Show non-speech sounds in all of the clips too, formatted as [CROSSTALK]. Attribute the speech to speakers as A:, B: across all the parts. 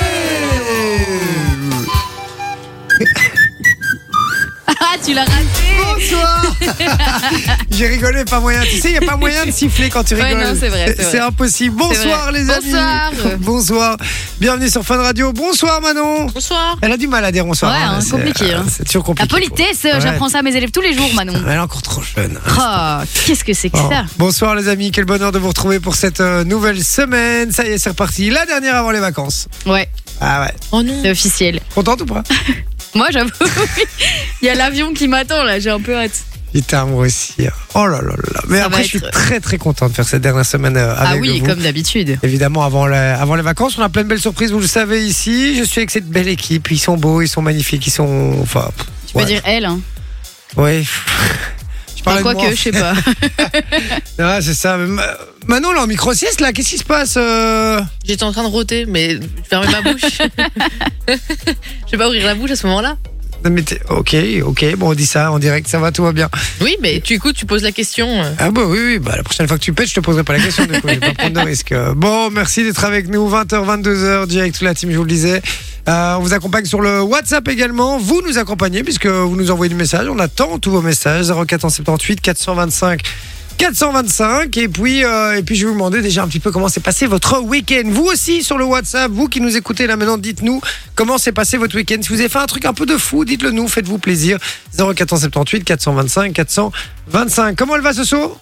A: pas, Ah, tu l'as raté.
B: Bonsoir J'ai rigolé, pas moyen. Tu sais, il n'y a pas moyen de siffler quand tu
A: Ouais,
B: rigoles.
A: non, c'est vrai, c'est vrai.
B: impossible.
A: C'est
B: Bonsoir,
A: vrai.
B: les amis.
A: Bonsoir.
B: Bonsoir. Bienvenue sur Fun Radio. Bonsoir, Manon.
A: Bonsoir.
B: Elle a du mal à dire bonsoir.
A: Ouais,
B: hein,
A: hein,
B: c'est-
A: compliqué, hein.
B: C'est toujours
A: La
B: compliqué.
A: politesse, euh,
B: Ouais.
A: j'apprends ça à mes élèves tous les jours, Manon.
B: Elle est encore trop jeune.
A: Oh, qu'est-ce que c'est que
B: Bon.
A: ça
B: Bonsoir les amis, quel bonheur de vous retrouver pour cette euh, nouvelle semaine. Ça y est, c'est reparti. La dernière avant les vacances.
A: Ouais,
B: Ah ouais.
C: Oh non.
A: c'est officiel.
B: Contente
A: [LAUGHS]
B: ou pas
A: Moi, j'avoue, [LAUGHS] oui. il y a l'avion qui m'attend là, j'ai un peu hâte.
B: Putain, moi aussi. hein. Oh là là là. Mais
A: Ça
B: après,
A: va
B: je suis
A: être-
B: très très content de faire cette dernière semaine euh, avec
A: ah oui,
B: vous.
A: comme d'habitude.
B: Évidemment, avant, la- avant les vacances, on a plein de belles surprises, vous le savez ici. Je suis avec cette belle équipe. Ils sont beaux, ils sont magnifiques, ils sont. Enfin. pff,
A: Tu peux
B: ouais.
A: dire elle, hein.
B: Oui. [LAUGHS] je
A: Enfin,
B: parlais de
A: quoi
B: moi.
A: que, je sais
B: [LAUGHS]
A: pas.
B: Ouais, c'est ça. Mais Ma- Manon, là, en micro-sieste, là, qu'est-ce qui se passe euh
C: J'étais en train de rôter, mais je fermais ma bouche.
A: [LAUGHS]
C: je vais pas ouvrir la bouche à ce moment-là.
B: Non, mais t'es- Ok, ok. Bon, on dit ça en direct, ça va, tout va bien.
C: Oui, mais tu écoutes, tu poses la question. euh,
B: Ah bah oui, oui, bah la prochaine fois que tu pètes, je te poserai pas la question, du coup, je vais pas prendre de risque. Euh, Bon, merci d'être avec nous, 20h, 22h, DJ avec toute la team, je vous le disais. Euh, on vous accompagne sur le WhatsApp également, vous nous accompagnez puisque vous nous envoyez des messages, on attend tous vos messages, 0478 425 425 et puis euh, et puis je vais vous demander déjà un petit peu comment s'est passé votre week-end vous aussi sur le WhatsApp vous qui nous écoutez là maintenant dites-nous comment s'est passé votre week-end si vous avez fait un truc un peu de fou dites-le nous faites-vous plaisir 0478 425 425 comment elle va ce saut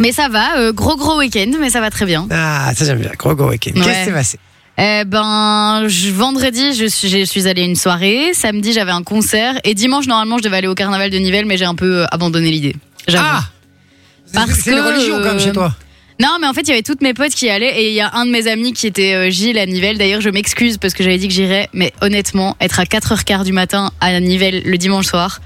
A: Mais ça va, euh, gros gros week-end, mais ça va très bien.
B: ah, ça j'aime bien. Gros gros week-end. Qu'est-ce qui
A: Ouais.
B: s'est passé
A: Eh ben, je- vendredi, je suis, je suis allée à une soirée. Samedi, j'avais un concert. Et dimanche, normalement, je devais aller au carnaval de Nivelles, mais j'ai un peu euh, abandonné l'idée. J'avoue.
B: Ah C'est-
A: Parce
B: C'est une
A: que,
B: religion quand même
A: euh,
B: chez toi.
A: Non, mais en fait, il y avait toutes mes potes qui y allaient et il y a un de mes amis qui était euh, Gilles à Nivelles. D'ailleurs, je m'excuse parce que j'avais dit que j'irais, mais honnêtement, être à 4h15 du matin à Nivelles le dimanche soir,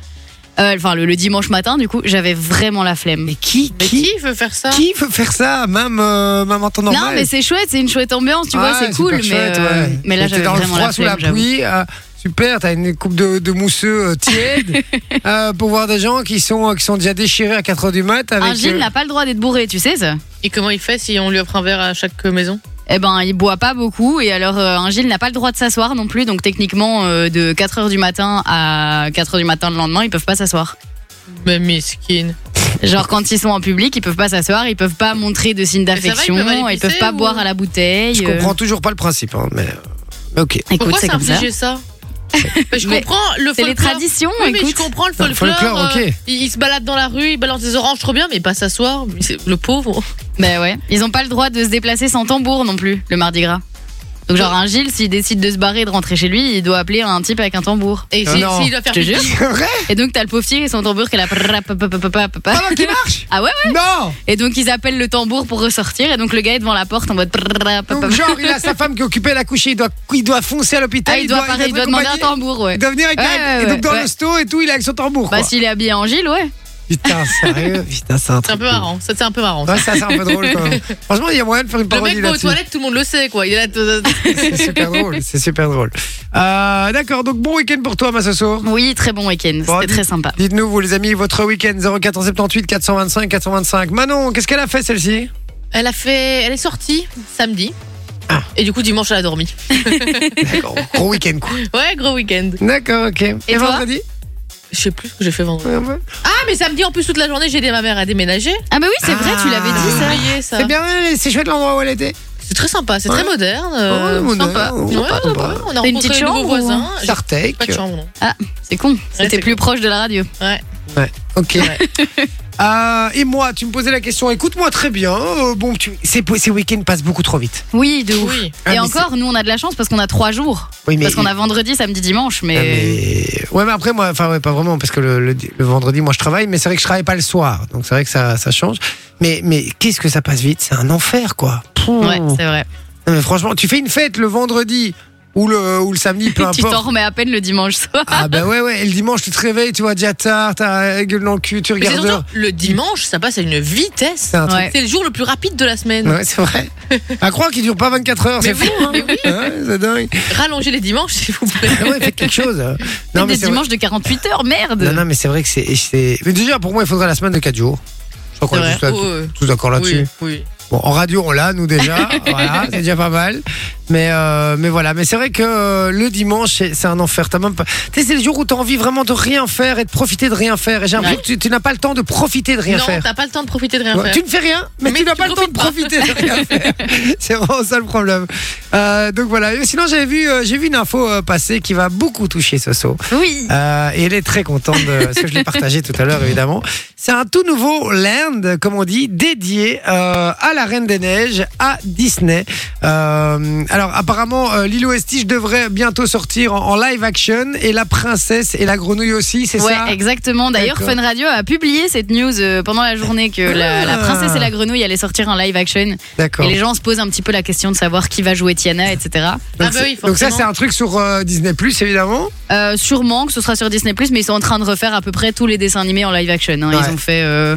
A: euh, enfin le, le dimanche matin, du coup, j'avais vraiment la flemme.
B: Mais qui
C: Mais qui, veut faire ça
B: qui veut faire ça Même euh, même en temps
A: Non,
B: normal.
A: mais c'est chouette, c'est une chouette ambiance, tu vois,
B: Ouais,
A: c'est cool, mais,
B: Ah, super chouette,
A: euh,
B: ouais.
A: mais là,
B: Et t'es
A: j'avais
B: dans le
A: vraiment
B: froid
A: la
B: sous
A: flemme.
B: la
A: j'avoue.
B: pluie. euh, super, t'as une coupe de, de mousseux euh,
A: [LAUGHS]
B: tiède euh, pour voir des gens qui sont euh, qui sont déjà déchirés à 4 h du mat avec.
A: un Gilles
B: euh,
A: n'a pas le droit d'être bourré, tu sais ça
C: Et comment il fait si on lui offre un verre à chaque euh, maison
A: Eh ben, il boit pas beaucoup et alors euh, un Gilles n'a pas le droit de s'asseoir non plus, donc techniquement, euh, de 4h du matin à 4h du matin le lendemain, ils peuvent pas s'asseoir.
C: Mais miskin.
A: Genre quand ils sont en public, ils peuvent pas s'asseoir, ils peuvent pas montrer de signes
C: ça va, ils
A: d'affection,
C: peuvent aller
A: ils,
C: pisser
A: peuvent pas
C: ou-
A: boire à la bouteille.
B: je
A: euh.
B: comprends toujours pas le principe, hein, mais
A: [LAUGHS]
B: euh, ok.
A: Écoute,
C: Pourquoi
A: c'est comme ça.
C: s'infliger
A: [LAUGHS]
C: ça, Bah, Je
A: Mais
C: comprends le folklore.
A: C'est les traditions,
C: Oui, mais je
A: écoute.
C: comprends le
B: Non, Ah, le
C: folklore.
B: folklore,
C: euh,
B: ok.
C: il, il se balade dans la rue, il balance des oranges trop bien, mais pas s'asseoir. Mais c'est- Le pauvre.
A: Ben ouais, ils ont pas le droit de se déplacer sans tambour non plus le mardi gras. Donc genre un Gilles, s'il décide de se barrer et de rentrer chez lui, il doit appeler un type avec un tambour.
C: Et
B: Ah
C: s'il
B: non.
C: s'il doit faire
A: Je te
C: pipi,
A: jure.
B: Vrai
A: Et donc t'as le pauvre et son tambour qui est là. prrra, pa, pa, pa, pa, pa, pa, pa.
B: Ah non, qui marche
A: Ah ouais,
B: Non
A: Et donc ils appellent le tambour pour ressortir et donc le gars est devant la porte en mode. prrra, pa, pa,
B: Donc,
A: pa.
B: genre, il a sa femme qui est occupée à la coucher, il doit, il doit foncer à l'hôpital.
A: Ah, il doit pareil, il doit demander un
B: accompagner-
A: tambour, ouais.
B: Il doit venir avec
A: Ouais,
B: la-
A: ouais,
B: et donc
A: ouais,
B: dans
A: ouais.
B: le sto et tout, il est avec son tambour.
A: Bah
B: quoi.
A: s'il est habillé en Gilles, ouais.
B: Putain, sérieux
A: [LAUGHS]
B: Putain, c'est un
C: c'est
B: truc.
C: un peu
B: de-
C: marrant. Ça, c'est un peu marrant.
B: Ouais, ça, c'est un peu drôle quand même. Franchement, il y a moyen de faire une
C: Le
B: parodie
C: mec va aux
B: là-dessus.
C: toilettes, tout le monde le sait, quoi. Il est là.
B: C'est super drôle, c'est super drôle. Euh, D'accord, donc bon week-end pour toi, Massoso.
A: Oui, très bon week-end,
B: Bon,
A: c'était très sympa.
B: Dites-nous, vous les amis, votre week-end 0478 425 425. Manon, qu'est-ce qu'elle a fait celle-ci
C: Elle a fait, elle est sortie samedi.
B: Ah.
C: Et du coup dimanche elle a dormi.
B: D'accord, gros week-end quoi.
C: Ouais, gros week-end.
B: D'accord, ok. Et,
A: toi
B: vendredi
C: Je sais plus ce que j'ai fait vendredi.
B: Ouais, ouais.
C: Ah mais samedi en plus toute la journée j'ai aidé ma mère à déménager.
A: Ah bah oui, c'est vrai, tu l'avais dit
C: J'ai
A: ça.
C: oublié ça.
B: C'est bien, c'est chouette l'endroit où elle était.
C: C'est très sympa, c'est
B: Ouais.
C: très moderne, euh,
B: Ouais, moderne,
C: sympa.
B: ouais,
C: Ouais,
B: sympa,
C: ouais,
B: sympa.
C: ouais, On a
A: T'as une
C: rencontré
A: petite
C: de nouveaux
A: chambre ou-
C: voisins. Ah, J'ai
B: Sartec.
C: Pas de chambre non.
A: C'est con, c'était
C: c'est
A: plus proche de la radio.
B: Ok.
C: Ouais.
B: [LAUGHS] Euh, et moi, tu me posais la question. Écoute-moi très bien. euh, bon, tu- ces, ces week-ends passent beaucoup trop vite.
A: Oui, de ouf.
C: Oui.
B: Ah, mais
A: Et encore, nous on a de la chance parce qu'on a trois jours.
B: Oui, mais
A: Parce qu'on a vendredi, samedi, dimanche, mais.
B: Ah, mais- Ouais, mais après, moi, enfin, ouais, pas vraiment, parce que le, le- le vendredi, moi, je travaille, mais c'est vrai que je travaille pas le soir, donc c'est vrai que ça, ça change. Mais, mais qu'est-ce que ça passe vite C'est un enfer, quoi.
A: Ouais, c'est vrai.
B: Non, mais franchement, tu fais une fête le vendredi ou le, ou le
C: [LAUGHS]
B: samedi, peu
A: tu t'en
B: importe.
A: remets à peine le dimanche soir.
B: Ah, ben ouais, ouais, et le dimanche, tu te réveilles, tu vois, déjà tard, t'as la gueule dans le cul, tu
C: Mais c'est
B: regardes.
C: surtout, le dimanche ça passe à une vitesse.
B: C'est un truc.
A: Ouais.
C: C'est le jour le plus rapide de la semaine.
B: Ouais, c'est vrai. À croire qu'il dure pas 24 heures,
C: Mais
B: c'est
C: oui,
B: fou, hein.
C: mais oui.
B: Ouais, c'est dingue.
C: Rallongez les dimanches [LAUGHS] s'il vous plaît.
B: Ah ouais, faites quelque chose.
A: Non,
B: mais
A: des
B: c'est vrai-
A: dimanches de 48 heures, merde
B: Non, non, mais c'est vrai que c'est- c'est. Mais déjà, pour moi, il faudrait la semaine de 4 jours. Je crois qu'on
C: C'est
B: est
C: vrai.
B: tous là-
C: Oh, euh,
B: tous d'accord là-dessus.
C: Oui, oui.
B: Bon, en radio, on l'a,
C: [LAUGHS]
B: nous déjà. voilà, c'est déjà pas mal. Mais, euh, mais voilà. Mais c'est vrai que euh, le dimanche, c'est c'est un enfer. T'as même pas. Tu sais, c'est le jour où t'as envie vraiment de rien faire et de profiter de rien faire. Et j'ai l'impression
C: Ouais.
B: que tu, tu n'as pas le temps de profiter de rien
C: non,
B: faire.
C: t'as pas le temps de profiter de rien faire.
B: Ouais, Tu ne fais rien, mais,
C: Mais
B: tu n'as
C: tu
B: pas le temps de
C: profites
B: profiter
C: [LAUGHS]
B: de rien faire. C'est vraiment ça le problème. Euh, donc voilà. Et Sinon, j'avais vu, euh, j'ai vu une info euh, passer qui va beaucoup toucher Soso.
A: Oui.
B: Euh, et elle est très contente de parce
A: [LAUGHS]
B: que je l'ai partagé tout à l'heure, évidemment. C'est un tout nouveau land, comme on dit, dédié euh, à la Reine des Neiges, à Disney. Euh, alors, apparemment, euh, Lilo et Stitch devrait bientôt sortir en, en live action et la princesse et la grenouille aussi, c'est
A: Ouais,
B: ça
A: exactement. D'ailleurs,
B: D'accord.
A: Fun Radio a publié cette news euh, pendant la journée que la, la
B: Ah.
A: princesse et la grenouille allaient sortir en live action.
B: D'accord.
A: Et les gens se posent un petit peu la question de savoir qui va jouer Tiana, etc.
C: Ah
B: Donc,
C: bah
B: c'est-
C: oui,
B: donc ça,
C: forcément.
B: c'est un truc sur euh, Disney Plus, évidemment.
A: Euh, sûrement que ce sera sur Disney mais ils sont en train de refaire à peu près tous les dessins animés en live action. hein.
B: Ouais.
A: Ils ont fait, euh,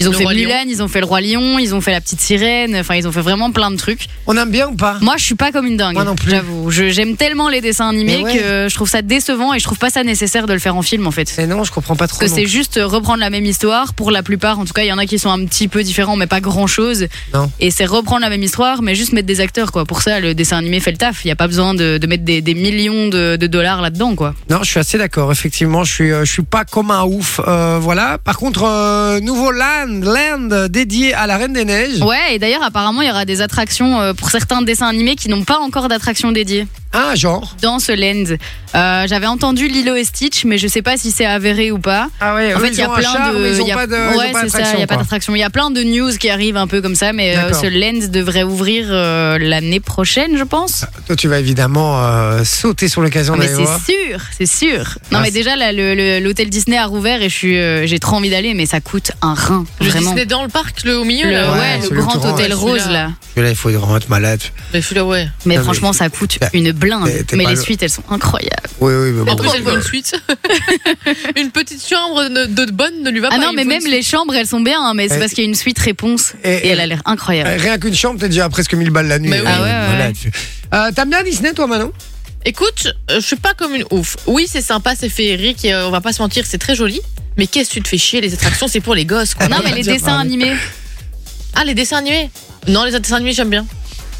A: ils ont
C: Le
A: fait
C: Roi
A: Mulan, ils ont fait le roi lion, ils ont fait la petite sirène. Enfin, ils ont fait vraiment plein de trucs.
B: On aime bien ou pas
A: Moi, je suis pas comme une dingue.
B: Moi non plus.
A: J'avoue, Je- j'aime tellement les dessins animés
B: Mais ouais.
A: que je trouve ça décevant et je trouve pas ça nécessaire de le faire en film en fait.
B: Mais non, je comprends pas trop.
A: Parce
B: non
A: que c'est juste reprendre la même histoire pour la plupart. En tout cas, il y en a qui sont un petit peu différents, mais pas grand chose.
B: Non.
A: Et c'est reprendre la même histoire, mais juste mettre des acteurs quoi. Pour ça, le dessin animé fait le taf. Il y a pas besoin de, de mettre des, des millions de, de dollars là-dedans quoi.
B: Non, je suis assez d'accord. Effectivement, je suis, euh, je suis pas comme un ouf. Euh, voilà. Par contre, euh, nouveau land, land dédié à la Reine des Neiges.
A: Ouais, et d'ailleurs, apparemment, il y aura des attractions euh, pour certains dessins animés qui n'ont pas encore d'attraction dédiée
B: Un Ah, genre.
A: dans ce land. Euh, J'avais entendu Lilo et Stitch, mais je sais pas si c'est avéré ou pas.
B: Ah ouais.
A: En fait, il y a plein de.
B: mais ils ont
A: il y a-
B: pas de.
A: Ouais,
B: ils ont pas
A: c'est ça,
B: d'attraction,
A: il y a pas
B: quoi.
A: d'attraction. Il y a plein de news qui arrivent un peu comme ça, mais euh,
B: D'accord.
A: ce land devrait ouvrir euh, l'année prochaine, je pense.
B: Toi, tu vas évidemment euh, sauter sur l'occasion
A: Ah, mais
B: d'aller
A: c'est sûr,
B: voir.
A: c'est sûr. Non,
B: Ah,
A: mais
B: c'est-
A: déjà, là, le- le- l'hôtel Disney a rouvert et je suis, euh, j'ai trop envie d'aller, mais ça coûte un rein,
C: Le
A: vraiment.
C: Disney dans le parc, le au milieu.
A: Le, ouais,
C: là.
B: Ouais,
A: le
B: celui
A: grand
B: autour, ouais,
A: hôtel rose,
C: celui-là.
A: là.
B: Parce que Là, il faut vraiment être malade.
C: Mais je suis là, ouais.
A: Mais
B: Non, Ah, mais-
A: franchement, ça coûte
B: Bah,
A: une blinde.
B: t'es- t'es
A: Mais
B: pas
A: les
B: le-
A: suites, elles sont incroyables.
B: Oui, oui,
C: Mais
B: mais bon.
C: après, elle veut une suite. [LAUGHS] une petite chambre de, de bonne ne lui va
A: Ah
C: pas.
A: non,
C: il
A: mais
C: faut
A: même
C: une
A: les chambres, elles sont bien, hein, mais c'est
B: Et-
A: parce qu'il y a une suite réponse
B: Et-
A: et, elle a l'air incroyable.
B: Euh, Rien qu'une chambre, t'es déjà à presque 1000 balles la nuit.
C: Mais oui.
B: Euh,
A: Ah ouais, ouais,
B: malade. Euh, T'aimes bien Disney, toi, Manon
C: Écoute, euh, je suis pas comme une ouf. Oui, c'est sympa, c'est féerique, et, euh, on va pas se mentir, c'est très joli. Mais qu'est-ce que tu te fais chier Les attractions, c'est pour les gosses,
B: eh,
C: quoi.
A: Non, mais les
B: Déjà
A: dessins
B: parlé.
A: animés.
C: Ah, les dessins animés Non, les dessins animés, j'aime bien.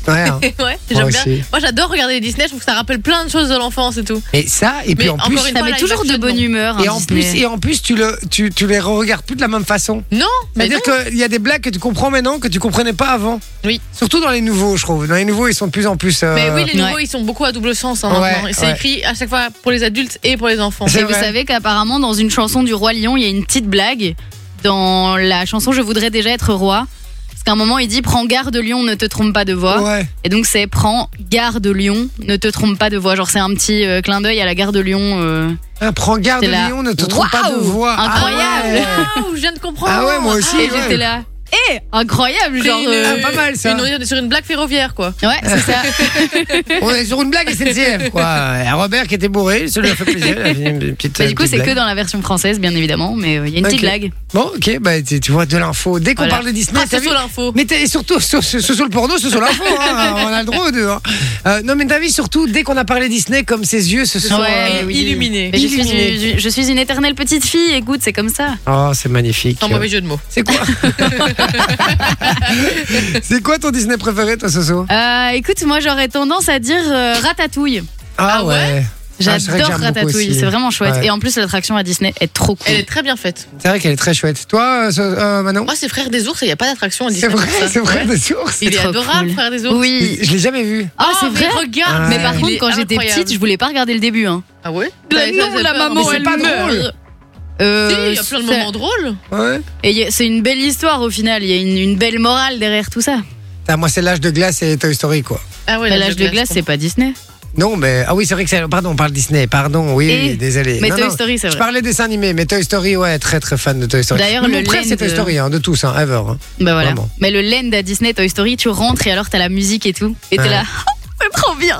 B: Ouais.
C: [LAUGHS]
A: [LAUGHS]
B: hein.
C: ouais,
B: Moi
C: j'aime bien.
B: aussi.
C: Moi, j'adore regarder les Disney, je trouve que ça rappelle plein de choses de l'enfance et tout.
B: Et ça, et puis
C: Mais
B: en
C: encore
B: plus.
C: une
A: Ça
C: fois,
A: met
C: live
A: toujours de
C: action,
A: bonne
C: non.
A: humeur.
B: Et
A: hein,
B: en, plus,
A: Disney.
B: et en plus, tu, le, tu, tu les regardes plus de la même façon.
C: Non, mais non.
B: C'est-à-dire qu'il y a des blagues que tu comprends maintenant que tu comprenais pas avant.
C: Oui.
B: Surtout dans les nouveaux, je trouve. Dans les nouveaux, ils sont de plus en plus. euh,
C: Mais oui, les
A: Ouais.
C: nouveaux, ils sont beaucoup à double sens hein,
B: Ouais,
C: maintenant. Et C'est
B: ouais.
C: écrit à chaque fois pour les adultes et pour les enfants.
B: C'est
A: Et vous
B: vrai.
A: savez qu'apparemment, dans une chanson du Roi Lion, il y a une petite blague. Dans la chanson Je voudrais déjà être roi. Parce qu'à un moment, il dit Prends garde, lion, ne te trompe pas de voix.
B: Ouais.
A: Et donc, c'est Prends garde, lion, ne te trompe pas de voix. Genre, c'est un petit euh, clin d'œil à la gare de Lyon. euh,
B: Hein, prends garde,
A: C'est là.
B: Léon, ne te trompe pas de
A: Waouh
B: voix. Ah
A: Incroyable.
B: ouais.
C: Waouh, je viens de comprendre.
B: Ah ouais, moi aussi.
A: Et
B: ouais.
A: j'étais là. Eh, incroyable,
C: C'est
A: genre.
C: une-
A: euh,
B: Ah, pas mal ça.
C: Une- on est sur une blague ferroviaire, quoi.
A: Ouais, c'est
B: [LAUGHS]
A: ça.
B: On est sur une blague SNCF, quoi. Et Robert qui était bourré, ça lui a fait plaisir. il a fait une petite,
A: Mais Bah, du coup,
B: petite
A: c'est que
B: blague.
A: dans la version française, bien évidemment, mais euh, il y a une
B: Ok.
A: petite blague.
B: Bon, ok, bah, tu, tu vois de l'info. Dès qu'on
A: Voilà.
B: parle de Disney,
C: Ah,
B: t'as
C: c'est
B: vu
C: sur l'info.
B: mais t'as- et surtout, sur, sur- sur le porno, sur, sur l'info, hein, on a le droit aux deux. hein. Euh, non, mais t'as vu, surtout, dès qu'on a parlé Disney, comme ses yeux se sont.
A: Ouais,
B: euh,
A: oui.
C: Illuminé.
A: Mais je, suis,
B: Illuminé.
A: je- je suis une éternelle petite fille, écoute, c'est comme ça.
B: Oh, c'est magnifique.
C: Sans mauvais jeu de mots.
B: C'est [LAUGHS] quoi C'est quoi ton Disney préféré, toi, Soso
A: Euh, écoute, moi j'aurais tendance à dire euh, Ratatouille.
C: Ah ouais
B: Ah, c'est vrai que
A: J'adore
B: j'aime beaucoup
A: Ratatouille,
B: aussi.
A: c'est vraiment chouette.
B: Ouais.
A: Et en plus, l'attraction à Disney est trop cool.
C: Elle est très bien faite.
B: C'est vrai qu'elle est très chouette. Toi, euh, So- euh, Manon
C: Moi, c'est Frère des ours, il n'y a pas d'attraction à
B: C'est
C: Disney.
B: vrai,
C: pour ça.
B: c'est vrai,
C: Ouais.
B: des sources.
C: Il est
A: trop
C: adorable,
A: cool.
C: Frère des ours. Oh,
A: Oui.
B: Je l'ai jamais vu.
A: Ah, c'est
C: mais
A: vrai.
C: regarde.
A: Mais par
B: Ouais.
C: Il
A: contre,
C: est
A: quand j'étais
C: incroyable.
A: petite, je voulais pas regarder le début. Hein.
C: Ah ouais
A: La-
C: Ça- ça
A: non,
C: faisait
A: la
C: peur,
A: maman,
C: mais c'est
A: elle
C: pas
A: meurt.
C: drôle. Si,
A: Euh,
C: il y a plein de
A: c'est-
C: moments drôles.
B: Ouais.
A: Et il y a- c'est une belle histoire au final. Il y a une, une belle morale derrière tout ça.
B: Putain, moi, c'est l'âge de glace et Toy Story, quoi.
C: Ah ouais,
A: Mais Bah, L'âge de glace, c'est pas Disney.
B: Non, mais. Ah oui, c'est vrai que c'est. Pardon, on parle Disney. Pardon, oui,
A: Et-
B: oui, désolé.
A: Mais
B: Non,
A: Toy
B: non,
A: Story, c'est
B: Je
A: vrai.
B: parlais dessin animé, mais Toy Story, ouais, très très fan de Toy Story.
A: D'ailleurs,
B: Mais
A: le
B: mon frère,
A: land,
B: c'est Toy
A: euh,
B: Story, hein, de tous, hein, ever. hein.
A: Bah voilà.
B: Vraiment.
A: Mais le land à Disney Toy Story, tu rentres et alors t'as la musique et tout. Et
B: Ouais.
A: t'es là, [LAUGHS] oh, c'est trop bien.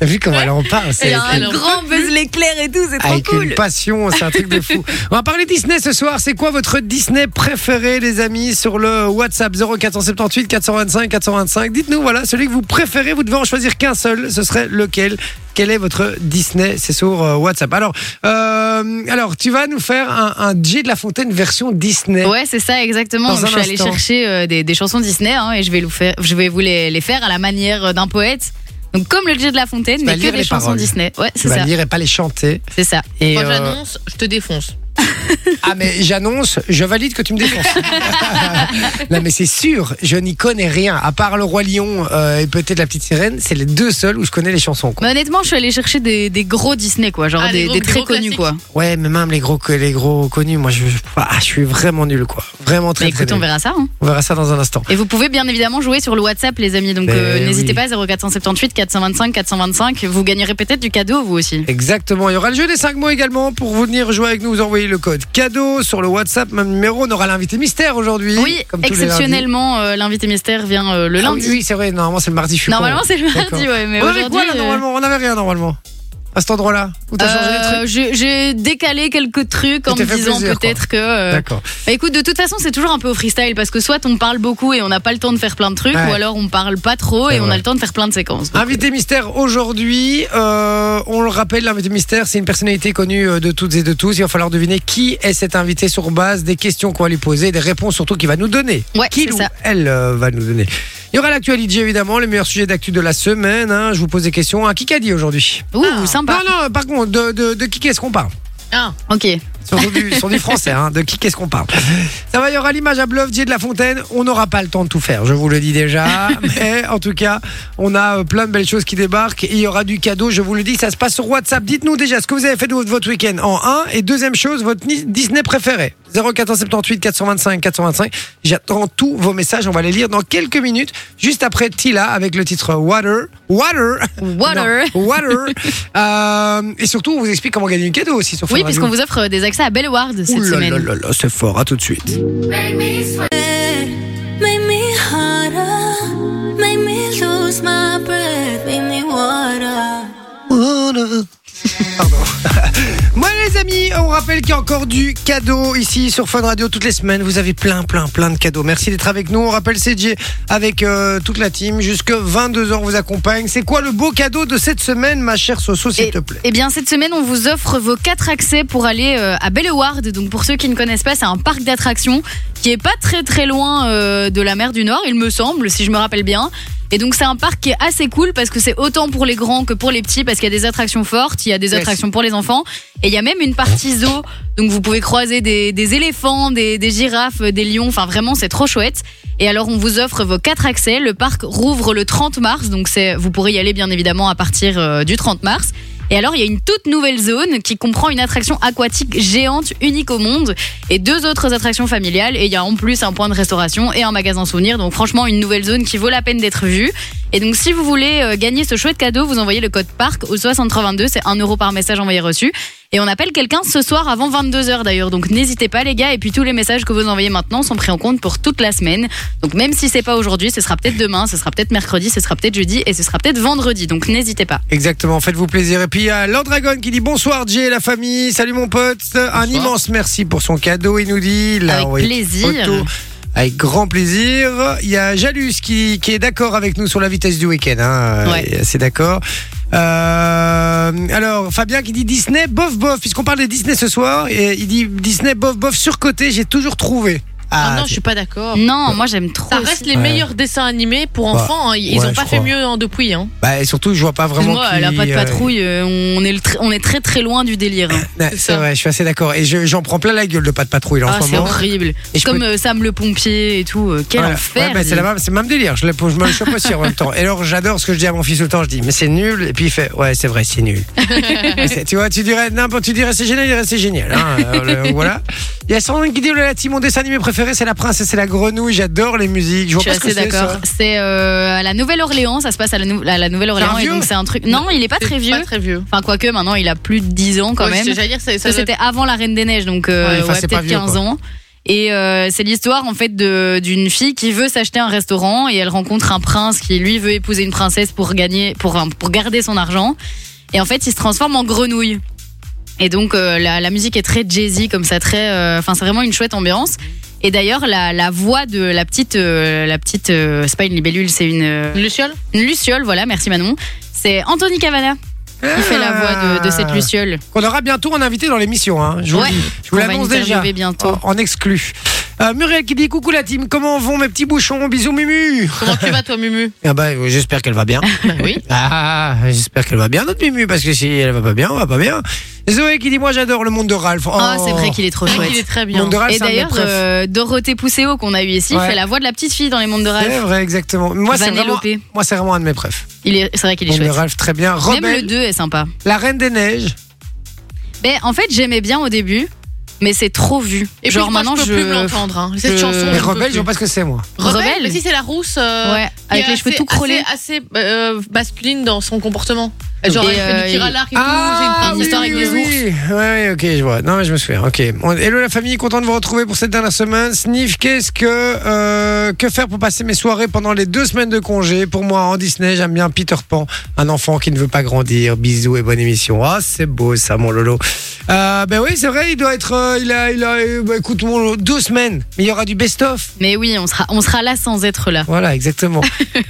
B: T'as vu comment elle
A: [LAUGHS]
B: en parle
A: Il y
B: [LAUGHS] c'est-
A: a un
C: elle en
A: grand buzz l'éclair et tout, c'est trop
B: Avec
A: cool.
B: une passion, c'est un truc
A: [LAUGHS]
B: de fou. On va parler Disney ce soir. C'est quoi votre Disney préféré, les amis, sur le WhatsApp 0478 425 425 Dites-nous, voilà, celui que vous préférez, vous devez en choisir qu'un seul. Ce serait lequel Quel est votre Disney C'est sur euh, WhatsApp. Alors, euh, alors, tu vas nous faire un, un DJ de la Fontaine version Disney.
A: Ouais, c'est ça exactement.
B: Dans
A: Donc,
B: un
A: je suis allée
B: instant.
A: chercher euh, des, des chansons Disney hein, et je vais, vous faire, je vais vous les, les faire à la manière euh, d'un poète. Donc comme le Dieu de la Fontaine,
B: Tu vas
A: mais que
B: lire
A: des
B: les
A: chansons
B: paroles.
A: Disney. Ouais,
B: Tu
A: c'est
B: vas
A: ça.
B: lire et pas les chanter.
A: C'est ça.
B: Et,
C: Quand
B: euh,
C: j'annonce, je te défonce.
B: ah mais j'annonce, je valide que tu me défonces.
A: [LAUGHS]
B: non mais c'est sûr, je n'y connais rien. À part le roi lion euh, et peut-être la petite sirène, c'est les deux seuls où je connais les chansons. quoi.
A: Mais honnêtement, je suis allée chercher des, des gros Disney quoi, genre
C: Ah,
A: des,
C: des gros-
A: des
C: des
A: très
C: gros
A: connus quoi.
B: Ouais, mais même les gros, les gros connus, moi je, je- ah, je suis vraiment nul quoi. Vraiment
A: Bah,
B: très très
A: écoute, on
B: nul.
A: verra ça. hein.
B: On verra ça dans un instant.
A: Et vous pouvez bien évidemment jouer sur le WhatsApp les amis. Donc
B: Mais
A: euh,
B: Ben oui.
A: n'hésitez pas 0478 425 425. Vous gagnerez peut-être du cadeau vous aussi.
B: Exactement. Il y aura le jeu des 5 mots également pour vous venir jouer avec nous. Vous envoyez le code cadeau sur le WhatsApp, même numéro. On aura l'invité mystère aujourd'hui.
A: Oui,
B: comme tous les lundis.
A: exceptionnellement, euh, l'invité mystère vient euh, le
B: Ah oui,
A: lundi.
B: oui, c'est vrai. Normalement, c'est le mardi. je suis con.
A: Normalement, c'est le
B: D'accord.
A: mardi, ouais, mais
B: On avait
A: aujourd'hui.
B: quoi là
A: euh,
B: normalement On avait rien normalement. À cet endroit-là Où t'as changé les
A: Euh,
B: trucs
A: j'ai- J'ai décalé quelques trucs en
B: Tu t'es
A: me
B: fait
A: disant
B: plaisir,
A: peut-être que. euh,
B: D'accord.
A: bah, écoute, de toute façon, c'est toujours un peu au freestyle parce que soit on parle beaucoup et on n'a pas le temps de faire plein de trucs,
B: Ouais.
A: ou alors on parle pas trop
B: C'est
A: et on
B: vrai.
A: a le temps de faire plein de séquences. Donc,
B: Invité mystère aujourd'hui, euh, on le rappelle, l'invité mystère, c'est une personnalité connue euh, de toutes et de tous. Il va falloir deviner qui est cet invité sur base des questions qu'on va lui poser, des réponses surtout qu'il va nous donner.
A: Ouais,
B: Qu'il
A: c'est
B: ou
A: ça.
B: elle euh, va nous donner. Il y aura l'actualité évidemment, les meilleurs sujets d'actu de la semaine. hein. Je vous pose des questions. Un Kikadi aujourd'hui.
A: Ouh,
C: Ah.
A: sympa.
B: Non, non, par contre, de, de, de qui est-ce qu'on parle
C: Ah,
A: Ok.
B: Surtout du, sur du français, hein, de qui qu'est-ce qu'on parle. Ça va, il y aura l'image à bluff, Didier de la Fontaine. On n'aura pas le temps de tout faire, je vous le
A: [LAUGHS]
B: dis déjà. Mais en tout cas, on a euh, plein de belles choses qui débarquent. Il y aura du cadeau, je vous le dis. Ça se passe sur WhatsApp. Dites-nous déjà ce que vous avez fait de votre week-end en 1. Et deuxième chose, votre ni- Disney préféré. 0478 425 425. J'attends tous vos messages. On va les lire dans quelques minutes. Juste après Tila avec le titre Water. Water.
A: Water.
B: Non,
A: [LAUGHS]
B: water. Euh, et surtout, on vous explique comment gagner du cadeau aussi sur Fun
A: Oui,
B: Radio.
A: puisqu'on vous offre euh, des accès à Belle Award cette
B: Ouh là
A: semaine.
B: là là là, c'est fort, à tout de suite.
D: Made me harder, made me lose my breath, made me water.
B: Pardon. [LAUGHS] Moi les amis, on rappelle qu'il y a encore du cadeau ici sur Fun Radio toutes les semaines. Vous avez plein plein plein de cadeaux. Merci d'être avec nous. On rappelle CJ avec euh, toute la team jusque 22h on vous accompagne. C'est quoi le beau cadeau de cette semaine ma chère Soso s'il
A: Et-
B: te plaît
A: Eh bien, cette semaine, on vous offre vos quatre accès pour aller euh, à Belleward. Donc, pour ceux qui ne connaissent pas, c'est un parc d'attractions qui est pas très très loin euh, de la mer du Nord, il me semble, si je me rappelle bien. Et donc, c'est un parc qui est assez cool parce que c'est autant pour les grands que pour les petits, parce qu'il y a des attractions fortes, il y a des
B: Yes.
A: attractions pour les enfants, et il y a même une partie zoo. Donc, vous pouvez croiser des, des éléphants, des, des girafes, des lions. Enfin, vraiment, c'est trop chouette. Et alors, on vous offre vos quatre accès. Le parc rouvre le 30 mars, donc c'est, vous pourrez y aller bien évidemment à partir euh, du 30 mars. Et alors, il y a une toute nouvelle zone qui comprend une attraction aquatique géante unique au monde et deux autres attractions familiales. Et il y a en plus un point de restauration et un magasin souvenir. Donc, franchement, une nouvelle zone qui vaut la peine d'être vue. Et donc, si vous voulez euh, gagner ce chouette cadeau, vous envoyez le code PARC au 682. C'est 1 euro par message envoyé reçu. Et on appelle quelqu'un ce soir avant 22h d'ailleurs. Donc, n'hésitez pas, les gars. Et puis, tous les messages que vous envoyez maintenant sont pris en compte pour toute la semaine. Donc, même si c'est pas aujourd'hui, ce sera peut-être demain, ce sera peut-être mercredi, ce sera peut-être jeudi et ce sera peut-être vendredi. Donc, n'hésitez pas.
B: Exactement, faites-vous plaisir. Et puis il y a Landragon qui dit bonsoir Jay et la famille, salut mon pote, un immense merci pour son cadeau, il nous dit. Il a
A: Avec
B: envoyé
A: plaisir.
B: photo. Avec grand plaisir. Il y a Jalus qui, qui est d'accord avec nous sur la vitesse du week-end. Hein.
A: Ouais.
B: Euh, C'est d'accord. Euh, alors, Fabien qui dit Disney, bof, bof, puisqu'on parle de Disney ce soir, et il dit Disney, bof, bof, surcoté, j'ai toujours trouvé.
C: ah, non,
B: c'est-
C: je suis pas d'accord.
A: Non, moi j'aime trop.
C: Ça
A: aussi.
C: reste les
B: Ouais.
C: meilleurs dessins animés pour
B: Ouais.
C: enfants. hein. Ils
B: Ouais,
C: ont pas
B: je
C: fait
B: crois.
C: mieux hein, depuis. Hein.
B: Bah, et surtout, je vois pas vraiment.
A: Excuse-moi, elle a
B: qui,
A: pas de
B: euh,
A: patrouille, euh, on, est le tr- on est très très loin du délire. hein.
B: ouais,
C: c'est
B: c'est
C: ça.
B: vrai, je suis assez d'accord. Et je- j'en prends plein la gueule de pas de patrouille là, en
A: Ah,
B: ce
A: c'est
B: moment.
A: horrible.
B: Et je
A: Comme
B: peux-
A: euh, Sam le pompier et tout, euh, quel
B: Voilà.
A: enfer.
B: Ouais, bah, c'est
A: dis.
B: la même- c'est le même délire. Je, le- je me le chope aussi en même temps. Et alors, j'adore ce que je dis à mon fils tout le temps. Je dis, mais c'est nul. Et puis il fait, ouais, c'est vrai,
A: [LAUGHS]
B: c'est nul. Mais c'est- tu vois, tu dirais, n'importe, tu dirais, c'est génial, il dirait, c'est génial. hein. Euh, le- voilà. Il y a Sandrine qui dit, oh là là, Tim, mon dessin animé préféré, c'est La Princesse et la Grenouille. J'adore les musiques. Je
A: Je
B: vois
A: suis
B: pas ce que
A: assez
B: c'est.
A: d'accord.
B: ça.
A: C'est euh, à la Nouvelle-Orléans, ça se passe à la, Nou- à la Nouvelle-Orléans
B: C'est un
A: et donc
B: vieux
A: c'est un truc. Non, il est pas très vieux.
C: Pas très vieux.
A: Enfin, quoique maintenant il a plus de 10 ans quand
C: Ouais,
A: même.
C: c'est- J'allais dire, ça, ça
A: Ça,
C: doit-
A: c'était avant la Reine des Neiges, donc euh,
B: Ouais, enfin,
A: ouais,
B: c'est pas
A: peut-être
B: vieux,
A: 15
B: quoi.
A: ans. Et euh, c'est l'histoire en fait de- d'une fille qui veut s'acheter un restaurant et elle rencontre un prince qui lui veut épouser une princesse pour gagner, pour euh, pour garder son argent. Et en fait, il se transforme en grenouille. Et donc euh, la, la musique est très jazzy comme ça, très, euh, enfin c'est vraiment une chouette ambiance. Et d'ailleurs la, la voix de la petite, euh, la petite, euh, c'est pas une libellule, c'est une, euh,
C: Luciole
A: une luciole, voilà, merci Manon. C'est Anthony Cavana. Il fait la voix de, de cette luciole.
B: Ah. Qu'on aura bientôt un invité dans l'émission. hein, je vous, le
A: Ouais.
B: dis. je vous
A: On va
B: l'annonce déjà.
A: interviewer bientôt.
B: En, en exclu. Euh, Muriel qui dit coucou la team, comment vont mes petits bouchons Bisous Mumu
C: Comment tu vas, toi,
A: [LAUGHS]
C: Mumu
B: Ah bah euh, j'espère qu'elle va bien.
C: Bah oui.
B: Ah, j'espère qu'elle va bien notre Mumu parce que si elle va pas bien, on va pas bien. Zoé qui dit moi j'adore le monde de Ralph.
A: Ah, c'est vrai
B: Oh. qu'il
A: qu'il est trop
C: C'est vrai
A: chouette.
C: qu'il est très
B: le
C: bien.
B: monde de Ralph
A: Et
B: c'est un de mes
A: d'ailleurs,
B: préf.
A: euh, Dorothée Pousséo qu'on a eu ici
B: Ouais.
A: fait la voix de la petite fille dans les mondes de
B: C'est
A: Ralph.
B: vrai exactement. Moi c'est vraiment
A: Vanellope.
B: moi c'est vraiment un de mes préfs.
A: Il est, c'est vrai qu'il est
B: Monde de
A: chouette.
B: Ralph très bien.
A: Même le
B: Rebelle,
A: 2 est sympa.
B: la Reine des Neiges.
A: Ben, en fait, j'aimais bien au début, mais c'est trop vu.
C: Et
A: Genre
C: puis, moi,
A: maintenant,
C: je peux plus me l'entendre. hein. Cette
A: je-
C: chanson.
A: Mais
B: Les
C: je peux
B: Rebelle,
C: plus.
B: je vois pas ce que c'est moi.
C: Rebelle,
A: Rebelle
C: mais si c'est la rousse. euh,
A: Ouais,
C: qui
A: avec
C: est
A: les cheveux
C: assez-
A: tout crôlés.
C: Assez, assez, euh, masculine dans son comportement. Genre,
A: Et,
C: elle fait
A: euh, Ah,
C: du tir à l'arc et tout. c'est une
A: oui,
C: princesse.
A: histoire avec des ours.
B: Ah oui. Ouais, ouais, ok, je vois. Non, mais je me souviens. Ok. On- Hello la famille, content de vous retrouver pour cette dernière semaine. Sniff, qu'est-ce que euh, que faire pour passer mes soirées pendant les deux semaines de congé Pour moi, en Disney, j'aime bien Peter Pan, un enfant qui ne veut pas grandir. Bisous et bonne émission. Ah, c'est beau ça, mon Lolo. Euh, ben oui, c'est vrai. Il doit être. euh, il a, il a. euh, bah, écoute, mon Lolo, deux semaines. Mais il y aura du best-of.
A: Mais oui, on sera, on sera là sans être là.
B: Voilà, exactement.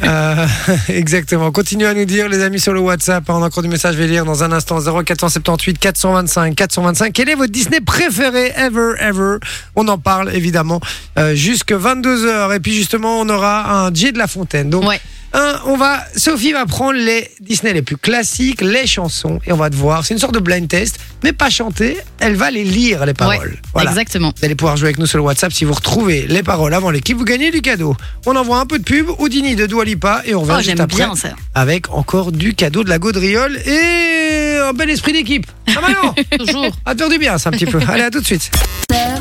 B: Euh, [LAUGHS] exactement. Continuez à nous dire, les amis, sur le WhatsApp. hein, On a encore du message, je vais lire dans un instant. 0478 425 425. Quel est votre Disney préféré ever, ever On en parle, évidemment, euh, jusque 22h. Et puis, justement, on aura un J de la Fontaine. Donc,
A: Ouais.
B: un, on va, Sophie va prendre les Disney les plus classiques, les chansons, et on va te voir. C'est une sorte de blind test, mais pas chanter. Elle va les lire, les paroles. Voilà.
A: Exactement.
B: Vous allez pouvoir jouer avec nous sur le WhatsApp si vous retrouvez les paroles avant l'équipe, vous gagnez du cadeau. On envoie un peu de pub, Houdini de Doualipa et on revient
A: Oh,
B: juste
A: j'aime
B: après
A: bien ça.
B: avec encore du cadeau de la gaudriole et un bel esprit d'équipe. Ah bah
A: [LAUGHS]
B: non
C: Toujours.
B: À te faire du bien, ça un petit peu. Allez, à tout de suite.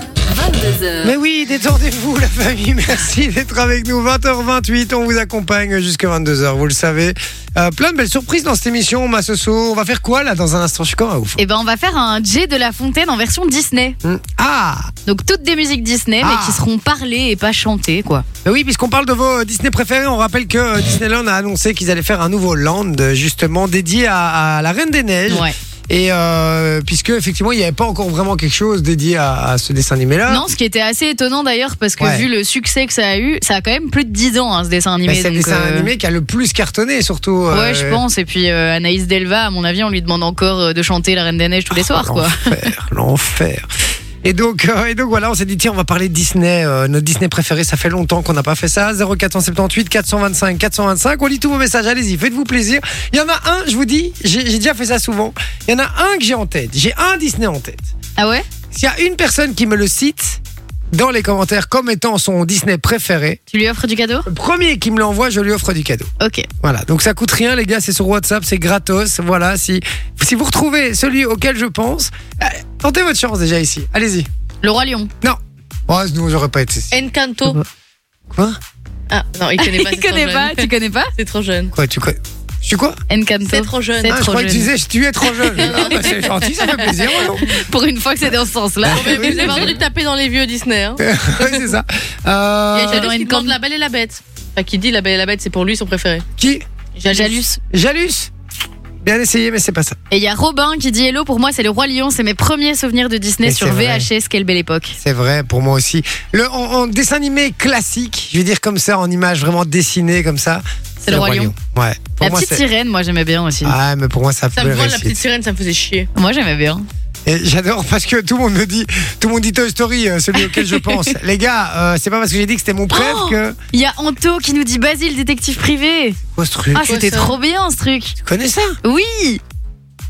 D: 22h.
B: Mais oui, détendez-vous la famille, merci d'être avec nous. 20h28, on vous accompagne jusqu'à 22h, vous le savez. Euh, plein de belles surprises dans cette émission, ma Soso. On va faire quoi là dans un instant Je suis quand même ouf.
A: Et ben, on va faire un J de la Fontaine en version Disney.
B: Hum. Ah
A: Donc, toutes des musiques Disney,
B: Ah.
A: mais qui seront parlées et pas chantées, quoi.
B: Ben oui, puisqu'on parle de vos euh, Disney préférés, on rappelle que euh, Disneyland a annoncé qu'ils allaient faire un nouveau land, euh, justement, dédié à, à la Reine des Neiges.
A: Ouais.
B: Et euh, puisque, effectivement, il n'y avait pas encore vraiment quelque chose dédié à, à ce dessin animé-là.
A: Non, ce qui était assez étonnant d'ailleurs, parce que
B: Ouais.
A: vu le succès que ça a eu, ça a quand même plus de 10 ans, hein, ce dessin
B: Ben,
A: animé.
B: c'est le
A: donc,
B: dessin
A: euh,
B: animé qui a le plus cartonné, surtout. euh,
A: Ouais, je pense. Et puis euh, Anaïs Delva, à mon avis, on lui demande encore euh, de chanter La Reine des Neiges tous les soirs, quoi.
B: L'enfer, l'enfer. Et donc, euh, et donc voilà, on s'est dit, tiens, on va parler de Disney, euh, notre Disney préféré. Ça fait longtemps qu'on n'a pas fait ça. 0478 425 425. On lit tous vos messages. Allez-y, faites-vous plaisir. Il y en a un, je vous dis, j'ai j'ai déjà fait ça souvent. Il y en a un que j'ai en tête. J'ai un Disney en tête.
A: Ah ouais
B: S'il y a une personne qui me le cite dans les commentaires comme étant son Disney préféré,
A: Tu lui offres du cadeau
B: le premier qui me l'envoie, je lui offre du cadeau.
A: Ok.
B: Voilà, donc ça coûte rien, les gars, c'est sur WhatsApp, c'est gratos. Voilà, si, si vous retrouvez celui auquel je pense, euh, tentez votre chance déjà ici. Allez-y. Oh,
A: Le Roi Lion.
B: Non. Ouais, sinon j'aurais pas été.
C: Encanto.
B: Quoi
C: Ah, non, il connaît pas.
A: [LAUGHS] Il
C: c'est trop
A: connaît
C: jeune.
A: pas, tu connais pas
C: C'est trop jeune.
B: Quoi, tu quoi Je suis quoi
C: C'est
A: [LAUGHS] Encanto.
C: trop jeune.
A: C'est
B: Ah, Je
A: trop
B: crois que tu
A: jeune.
B: disais, tu es
A: [LAUGHS]
B: trop jeune. Ah, bah, c'est gentil, ça fait plaisir. voyons.
A: Pour une fois que c'est dans ce sens-là. [LAUGHS]
C: Mais vous avez envie de
B: [LAUGHS]
C: taper dans les vieux Disney. Hein.
B: Oui, c'est ça.
C: Il y
B: Euh,
C: a Jalus
A: dans
C: qui
A: une
C: demande
A: camp-
C: La Belle et la Bête. Enfin, qui dit La Belle et la Bête, c'est pour lui son préféré.
B: qui
A: Jalus.
B: Jalus Bien essayé, mais c'est pas ça.
A: Et il y a Robin qui dit Hello, pour moi, c'est le Roi Lion, c'est mes premiers souvenirs de Disney
B: Mais
A: sur
B: c'est vrai.
A: VHS, quelle belle époque.
B: C'est vrai, pour moi aussi. Le, en, en dessin animé classique, je vais dire comme ça, en image vraiment dessinée, comme ça.
A: C'est le Roi Lion.
B: Ouais. Pour
A: la
B: moi,
A: petite
B: c'est.
A: sirène, moi j'aimais bien aussi.
B: Ah, mais pour moi, ça
C: Ça
B: peut
C: me vole la
B: réussir.
C: petite sirène, ça me faisait chier.
A: Moi j'aimais bien.
B: Et j'adore parce que tout le monde me dit, tout le monde dit Toy Story, euh, celui auquel
A: [LAUGHS]
B: je pense. Les gars, euh, c'est pas parce que j'ai dit que c'était mon préf
A: Oh
B: que.
A: Il y a Anto qui nous dit Basile, détective privé.
B: Quoi ce truc
A: Ah,
C: quoi,
A: c'était
C: ça
A: trop bien ce truc.
B: Tu connais ça
A: Oui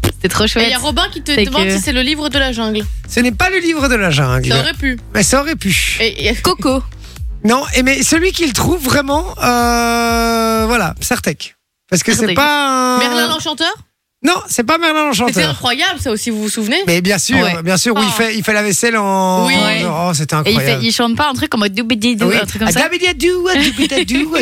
A: C'était trop
C: Et
A: chouette.
C: il y a Robin qui te
A: C'est
C: demande
A: que-
C: si c'est le livre de la jungle.
B: Ce n'est pas le livre de la jungle.
C: Ça aurait pu.
B: Mais ça aurait pu.
C: Et, et-
A: [LAUGHS] Coco.
B: Non, et mais celui qu'il trouve vraiment, euh, voilà, Sartek. Parce que c'est
A: Sartek.
B: pas un...
C: Merlin l'Enchanteur
B: Non, c'est pas Merlin
C: C'était
B: l'Enchanteur.
C: incroyable, ça aussi, vous vous souvenez
B: Mais bien sûr,
A: Ouais.
B: bien sûr, où il
C: Oh.
B: fait, il fait la vaisselle en.
C: Oui.
B: en- Oh, c'était
A: Et il, fait,
B: incroyable.
A: il chante pas un truc en mode doubididou,
B: Oui. Ah,
A: un truc comme ça.
B: Adabidadou, adubidadou,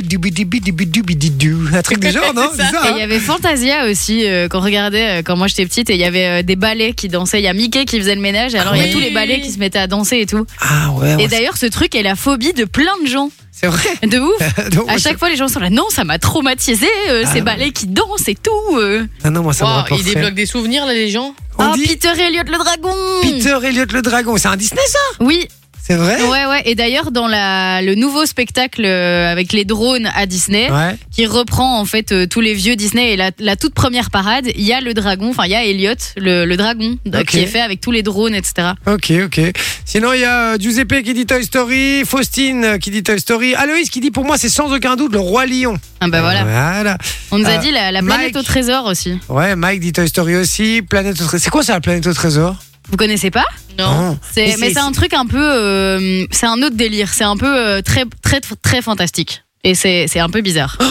B: adubidibidibidibididou. Un truc du genre,
A: [LAUGHS]
B: non
C: C'est
B: C'est
C: ça.
B: ça.
A: Et
B: hein
A: il y avait Fantasia aussi euh, qu'on regardait euh, quand moi j'étais petite et il y avait euh, des ballets qui dansaient. Il y a Mickey qui faisait le ménage. et Alors il y
C: Oui.
A: a tous les ballets qui se mettaient à danser et tout.
B: Ah ouais,
A: Et
B: ouais,
A: d'ailleurs ce truc est la phobie de plein de gens.
B: c'est vrai.
A: De ouf.
B: [LAUGHS] Donc,
A: À
B: moi,
A: chaque fois les gens sont là. Non ça m'a traumatisé. euh,
B: Euh, Ah,
A: ces
B: non.
A: ballets qui dansent et tout. euh.
B: c'est- Ah non, moi, ça me
C: Waouh,
B: rapporte
C: Il
B: rien.
C: débloque des souvenirs, là, les gens.
B: On
A: Ah
B: dit
A: Peter Elliot le dragon.
B: Peter Elliot le dragon. C'est un Disney, ça
A: Oui.
B: C'est vrai
A: Ouais, ouais. Et d'ailleurs, dans la, le nouveau spectacle euh, avec les drones à Disney,
B: Ouais.
A: qui reprend en fait euh, tous les vieux Disney et la, la toute première parade, il y a le dragon, enfin il y a Elliot, le, le dragon, euh,
B: Ok.
A: qui est fait avec tous les drones, etc.
B: Ok, ok. Sinon, il y a euh, Giuseppe qui dit Toy Story, Faustine euh, qui dit Toy Story, Aloïs qui dit pour moi c'est sans aucun doute le roi lion.
A: Ah bah voilà.
B: Voilà.
A: On nous a
B: Euh,
A: dit la, la planète
B: Mike.
A: au trésor aussi.
B: Ouais, Mike dit Toy Story aussi. Planète au trésor. C'est quoi ça, la planète au trésor
A: Vous connaissez pas
C: Non.
B: Non.
A: C'est-
B: Mais c'est-
A: mais c'est un truc un peu, euh, c'est un autre délire. C'est un peu euh, très, très, très fantastique. Et c'est, c'est un peu bizarre.
B: Oh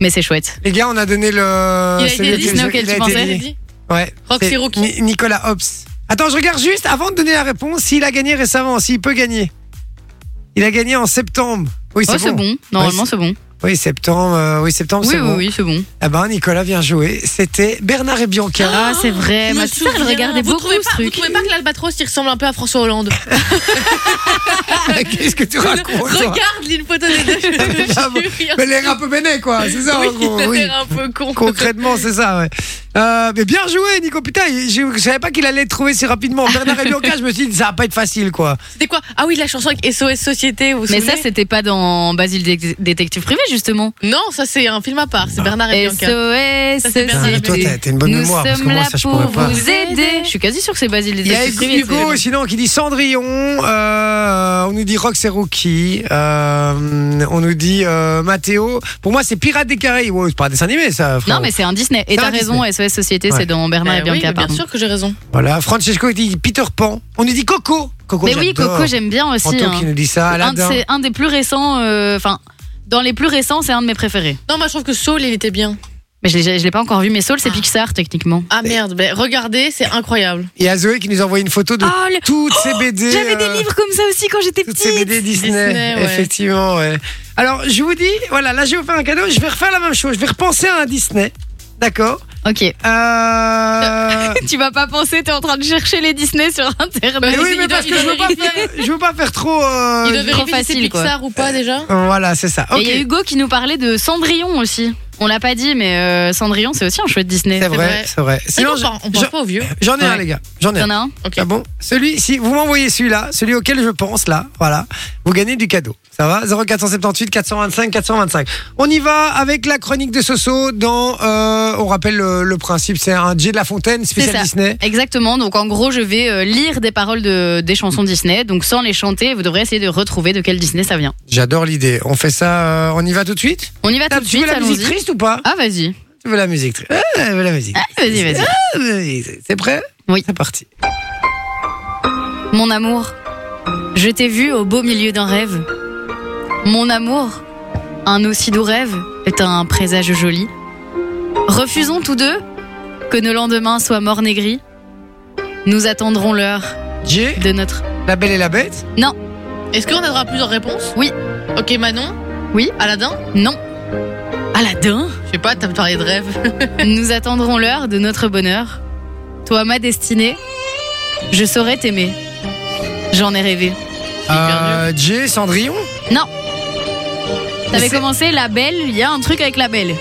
A: mais c'est chouette.
B: Les gars, on a donné le.
C: Il a
B: c'est
C: été
B: le-
C: dit,
B: c'est le-
A: Snow, auquel
B: il a
A: tu
B: été
A: pensais
B: dit.
C: J'ai dit.
B: Ouais.
C: Roxy
B: c'est
C: Rookie.
B: Ni- Nicolas Hobbs. Attends, je regarde juste avant de donner la réponse s'il a gagné récemment, s'il peut gagner. Il a gagné en septembre. Oui,
A: Oh,
B: c'est
A: c'est bon.
B: bon.
A: Normalement,
B: Ouais,
A: c'est bon.
B: Oui, septembre, euh, oui, septembre,
A: Oui,
B: c'est
A: oui,
B: bon.
A: oui, c'est bon.
B: Ah ben, Nicolas vient jouer. C'était Bernard et Bianca. [LAUGHS]
A: Ah, c'est vrai.
C: Je me
A: Ma petite sœur, elle
C: souviens.
A: regardait
C: Vous
A: beaucoup
C: trouvez
A: ce
C: pas- Vous
A: truc.
C: trouvez pas que l'albatros il ressemble un peu à François
B: [LAUGHS]
C: Hollande
B: Qu'est-ce que tu racontes toi
C: Regarde une photo des deux.
B: Ah
C: [LAUGHS]
B: bon.
C: je te jure.
B: Mais l'air un peu béné, quoi. C'est ça, en gros.
C: Oui,
B: oui.
C: l'air un peu con.
B: Concrètement, c'est ça, ouais. Euh, mais bien joué, Nico. Putain, je, je savais pas qu'il allait le trouver si rapidement. Bernard
A: [LAUGHS]
B: et Bianca, je me suis dit, ça va pas être facile, quoi.
C: C'était quoi Ah oui, la chanson avec SOS Société. Vous vous
A: Mais ça,
C: souvenez
A: c'était pas dans Basile Dé- Détective Privé, justement.
C: Non, ça c'est un film à part. C'est Bernard et Bianca.
A: SOS,
C: Ça, c'est bien.
B: Putain, mais Ah, toi, t'as, t'as une bonne
A: Nous
B: mémoire, parce que
A: sommes
B: moi,
A: là
B: ça, je
A: pour
B: pourrais pas.
A: vous aider. Je suis quasi sûre que c'est Basile
B: Il y a
A: Détective Privé.
B: Hugo,
A: c'est-
B: sinon, qui dit Cendrillon. Euh, on nous dit Rox et Rookie. Euh, on nous dit euh, Mathéo. Pour moi, c'est Pirates des Caraïbes. Ouais, c'est pas un dessin animé, ça, frère.
A: Non, mais c'est un Disney. Et
B: C'est
A: t'as
B: un
A: raison, SOS Société,
B: Ouais.
A: c'est dans Bernard
C: Euh, oui,
A: et Bianca,
C: mais bien
A: pardon.
C: sûr que j'ai raison.
B: Voilà, Francesco, il dit Peter Pan. On nous dit Coco. Coco,
A: Mais oui,
B: j'adore.
A: Coco, j'aime bien aussi.
B: Anto
A: hein.
B: qui nous dit ça.
A: Un, de
B: Aladdin.
A: ses- un des plus récents, euh, enfin, dans les plus récents, c'est un de mes préférés.
C: Non, moi je trouve que Saul il était bien.
A: Mais je l'ai je l'ai pas encore vu, mais Soul, c'est Pixar, techniquement.
C: Ah merde, ben, regardez, c'est incroyable.
B: Il y a Zoé qui nous a envoyé une photo de
A: Oh, le-
B: toutes ces BD.
A: j'avais
B: euh,
A: des livres comme ça aussi quand j'étais
B: Toutes ces
A: petite.
B: BD Disney,
C: Disney, ouais.
B: effectivement, ouais. Alors, je vous dis, voilà, là, j'ai offert un cadeau, je vais refaire la même chose, je vais repenser à un Disney, d'accord
A: Ok.
B: Euh...
A: [LAUGHS] Tu vas pas penser, t'es en train de chercher les Disney sur Internet.
B: Mais oui, mais
C: il doit-
B: parce
C: il
B: que je
C: doit
B: veux pas faire, je veux pas faire trop... euh,
C: il
A: je-
C: doit vérifier
A: trop
C: si c'est
A: facile, quoi.
C: Pixar ou pas déjà.
B: Voilà, c'est ça.
A: Et il y a
B: Ok,
A: Hugo qui nous parlait de Cendrillon aussi. On l'a pas dit, mais euh, Cendrillon, c'est aussi un chouette Disney.
B: c'est vrai,
C: vrai.
B: c'est vrai.
C: Ah non,
B: Sinon,
C: on pense- on
B: je-
C: pense pas aux vieux.
B: j'en ai un,
A: Ouais.
B: les gars, j'en ai
A: Il y
B: un.
A: en a un
C: Ok.
B: Ah bon Celui, si vous m'envoyez celui-là, celui auquel je pense, là, voilà, vous gagnez du cadeau. Ça va 0478 425 425. On y va avec la chronique de Soso dans, euh, on rappelle le, le principe, c'est un J de la Fontaine spécial
A: ça.
B: Disney.
A: Exactement. Donc en gros, je vais euh, lire des paroles de, des chansons Disney. Donc sans les chanter, vous devrez essayer de retrouver de quel Disney ça vient.
B: J'adore l'idée. On fait ça, euh, on y va tout de suite
A: On y va tout
B: T'as-
A: de
B: Tu veux
A: suite,
B: la musique
A: allons-y.
B: triste ou pas
A: Ah, vas-y.
B: Tu veux la musique triste Ah, elle veut la musique.
A: Ah, vas-y, vas-y.
B: Ah, vas-y, c'est- C'est prêt
A: Oui.
B: C'est parti.
A: Mon amour, je t'ai vu au beau milieu d'un rêve. Mon amour, un aussi doux rêve est un présage joli. Refusons tous deux que nos lendemains soient morts négris. Nous attendrons l'heure
B: J,
A: de notre.
B: La Belle et la Bête.
C: Est-ce qu'on aura plusieurs réponses
A: Oui.
C: Ok, Manon
A: Oui.
C: Aladdin
A: Non. Aladdin
C: Je sais pas, t'as parlé de rêve.
A: Nous attendrons l'heure de notre bonheur. Toi, ma destinée, je saurais t'aimer. J'en ai rêvé.
B: Euh, J, Cendrillon.
A: T'avais
B: c'est-
A: commencé la belle, il y a un truc avec la belle.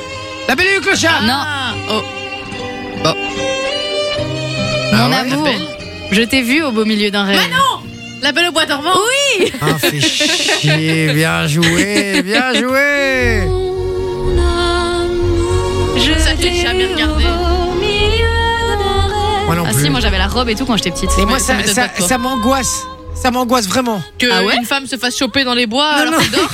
B: La Belle et le Clochard.
A: Non.
C: Ah, oh.
B: Ah
A: Mon
B: ouais
A: Ah, amour,
C: La Ah Belle
A: je t'ai vu au beau milieu d'un rêve.
C: La Belle au Bois dormant Oui
B: Ah, fais chier, bien joué, bien joué.
D: Mon amour,
C: Je Ça, j'ai jamais regardé.
D: au milieu d'un rêve.
B: Moi non
A: Ah
B: plus.
A: si, moi j'avais la robe et tout quand j'étais petite.
B: Et moi,
C: ça
B: ça,
C: m'étonne
B: ça,
C: pas de toi.
B: ça m'angoisse. Ça m'angoisse vraiment.
C: Que
A: Ah ouais
C: une femme se fasse choper dans les bois Ah, alors
B: non.
C: qu'elle dort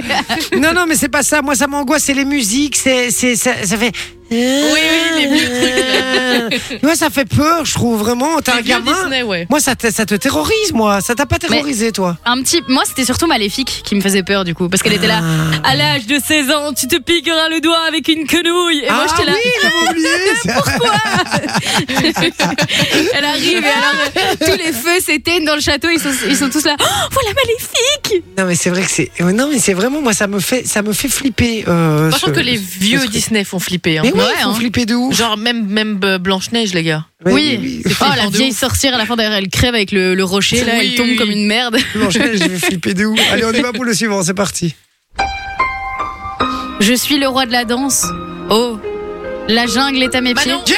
B: [LAUGHS] non, non, mais c'est pas ça. Moi, ça m'angoisse. C'est les musiques. C'est, c'est, ça, ça fait.
C: Oui, oui, les
B: [LAUGHS] Tu vois, ça fait peur, je trouve vraiment. T'as un
C: Les vieux
B: gamin.
C: Disney, ouais.
B: Moi, ça te, ça te terrorise, moi. Ça t'a pas terrorisé, toi.
A: Un petit, moi c'était surtout Maléfique qui me faisait peur du coup parce qu'elle était là. À l'âge de 16 ans, tu te piqueras le doigt avec une quenouille. Et moi
B: ah
A: j'étais là.
B: oui, j'avais oublié.
C: [LAUGHS]
A: Elle arrive et alors euh, tous les feux s'éteignent dans le château. Ils sont, ils sont tous là. Oh, voilà Maléfique.
B: non, mais c'est vrai que c'est. Non, mais c'est vraiment moi. Ça me fait, ça me fait flipper. Euh,
C: Sachant
B: ce-
C: que les
B: ce
C: vieux
B: truc.
C: Disney font flipper. Hein.
B: Mais ouais,
A: Ouais,
B: ils font
A: hein.
B: flipper de ouf.
C: Genre même, même euh, Blanche-Neige, les gars.
B: Ouais,
A: Oui.
B: oui.
A: Oh
C: flippant
A: la
C: de
A: vieille
C: ouf.
A: sorcière à la fin d'ailleurs elle crève avec le, le rocher là.
C: Oui,
A: elle tombe
C: oui,
A: comme
C: oui.
A: une merde.
B: Blanche-Neige, [LAUGHS] je vais flipper de ouf. Allez, on y va pour le suivant. C'est parti. Bah
A: Je suis le roi de la danse. Oh, la jungle est à mes pieds.
C: Manon
B: Jay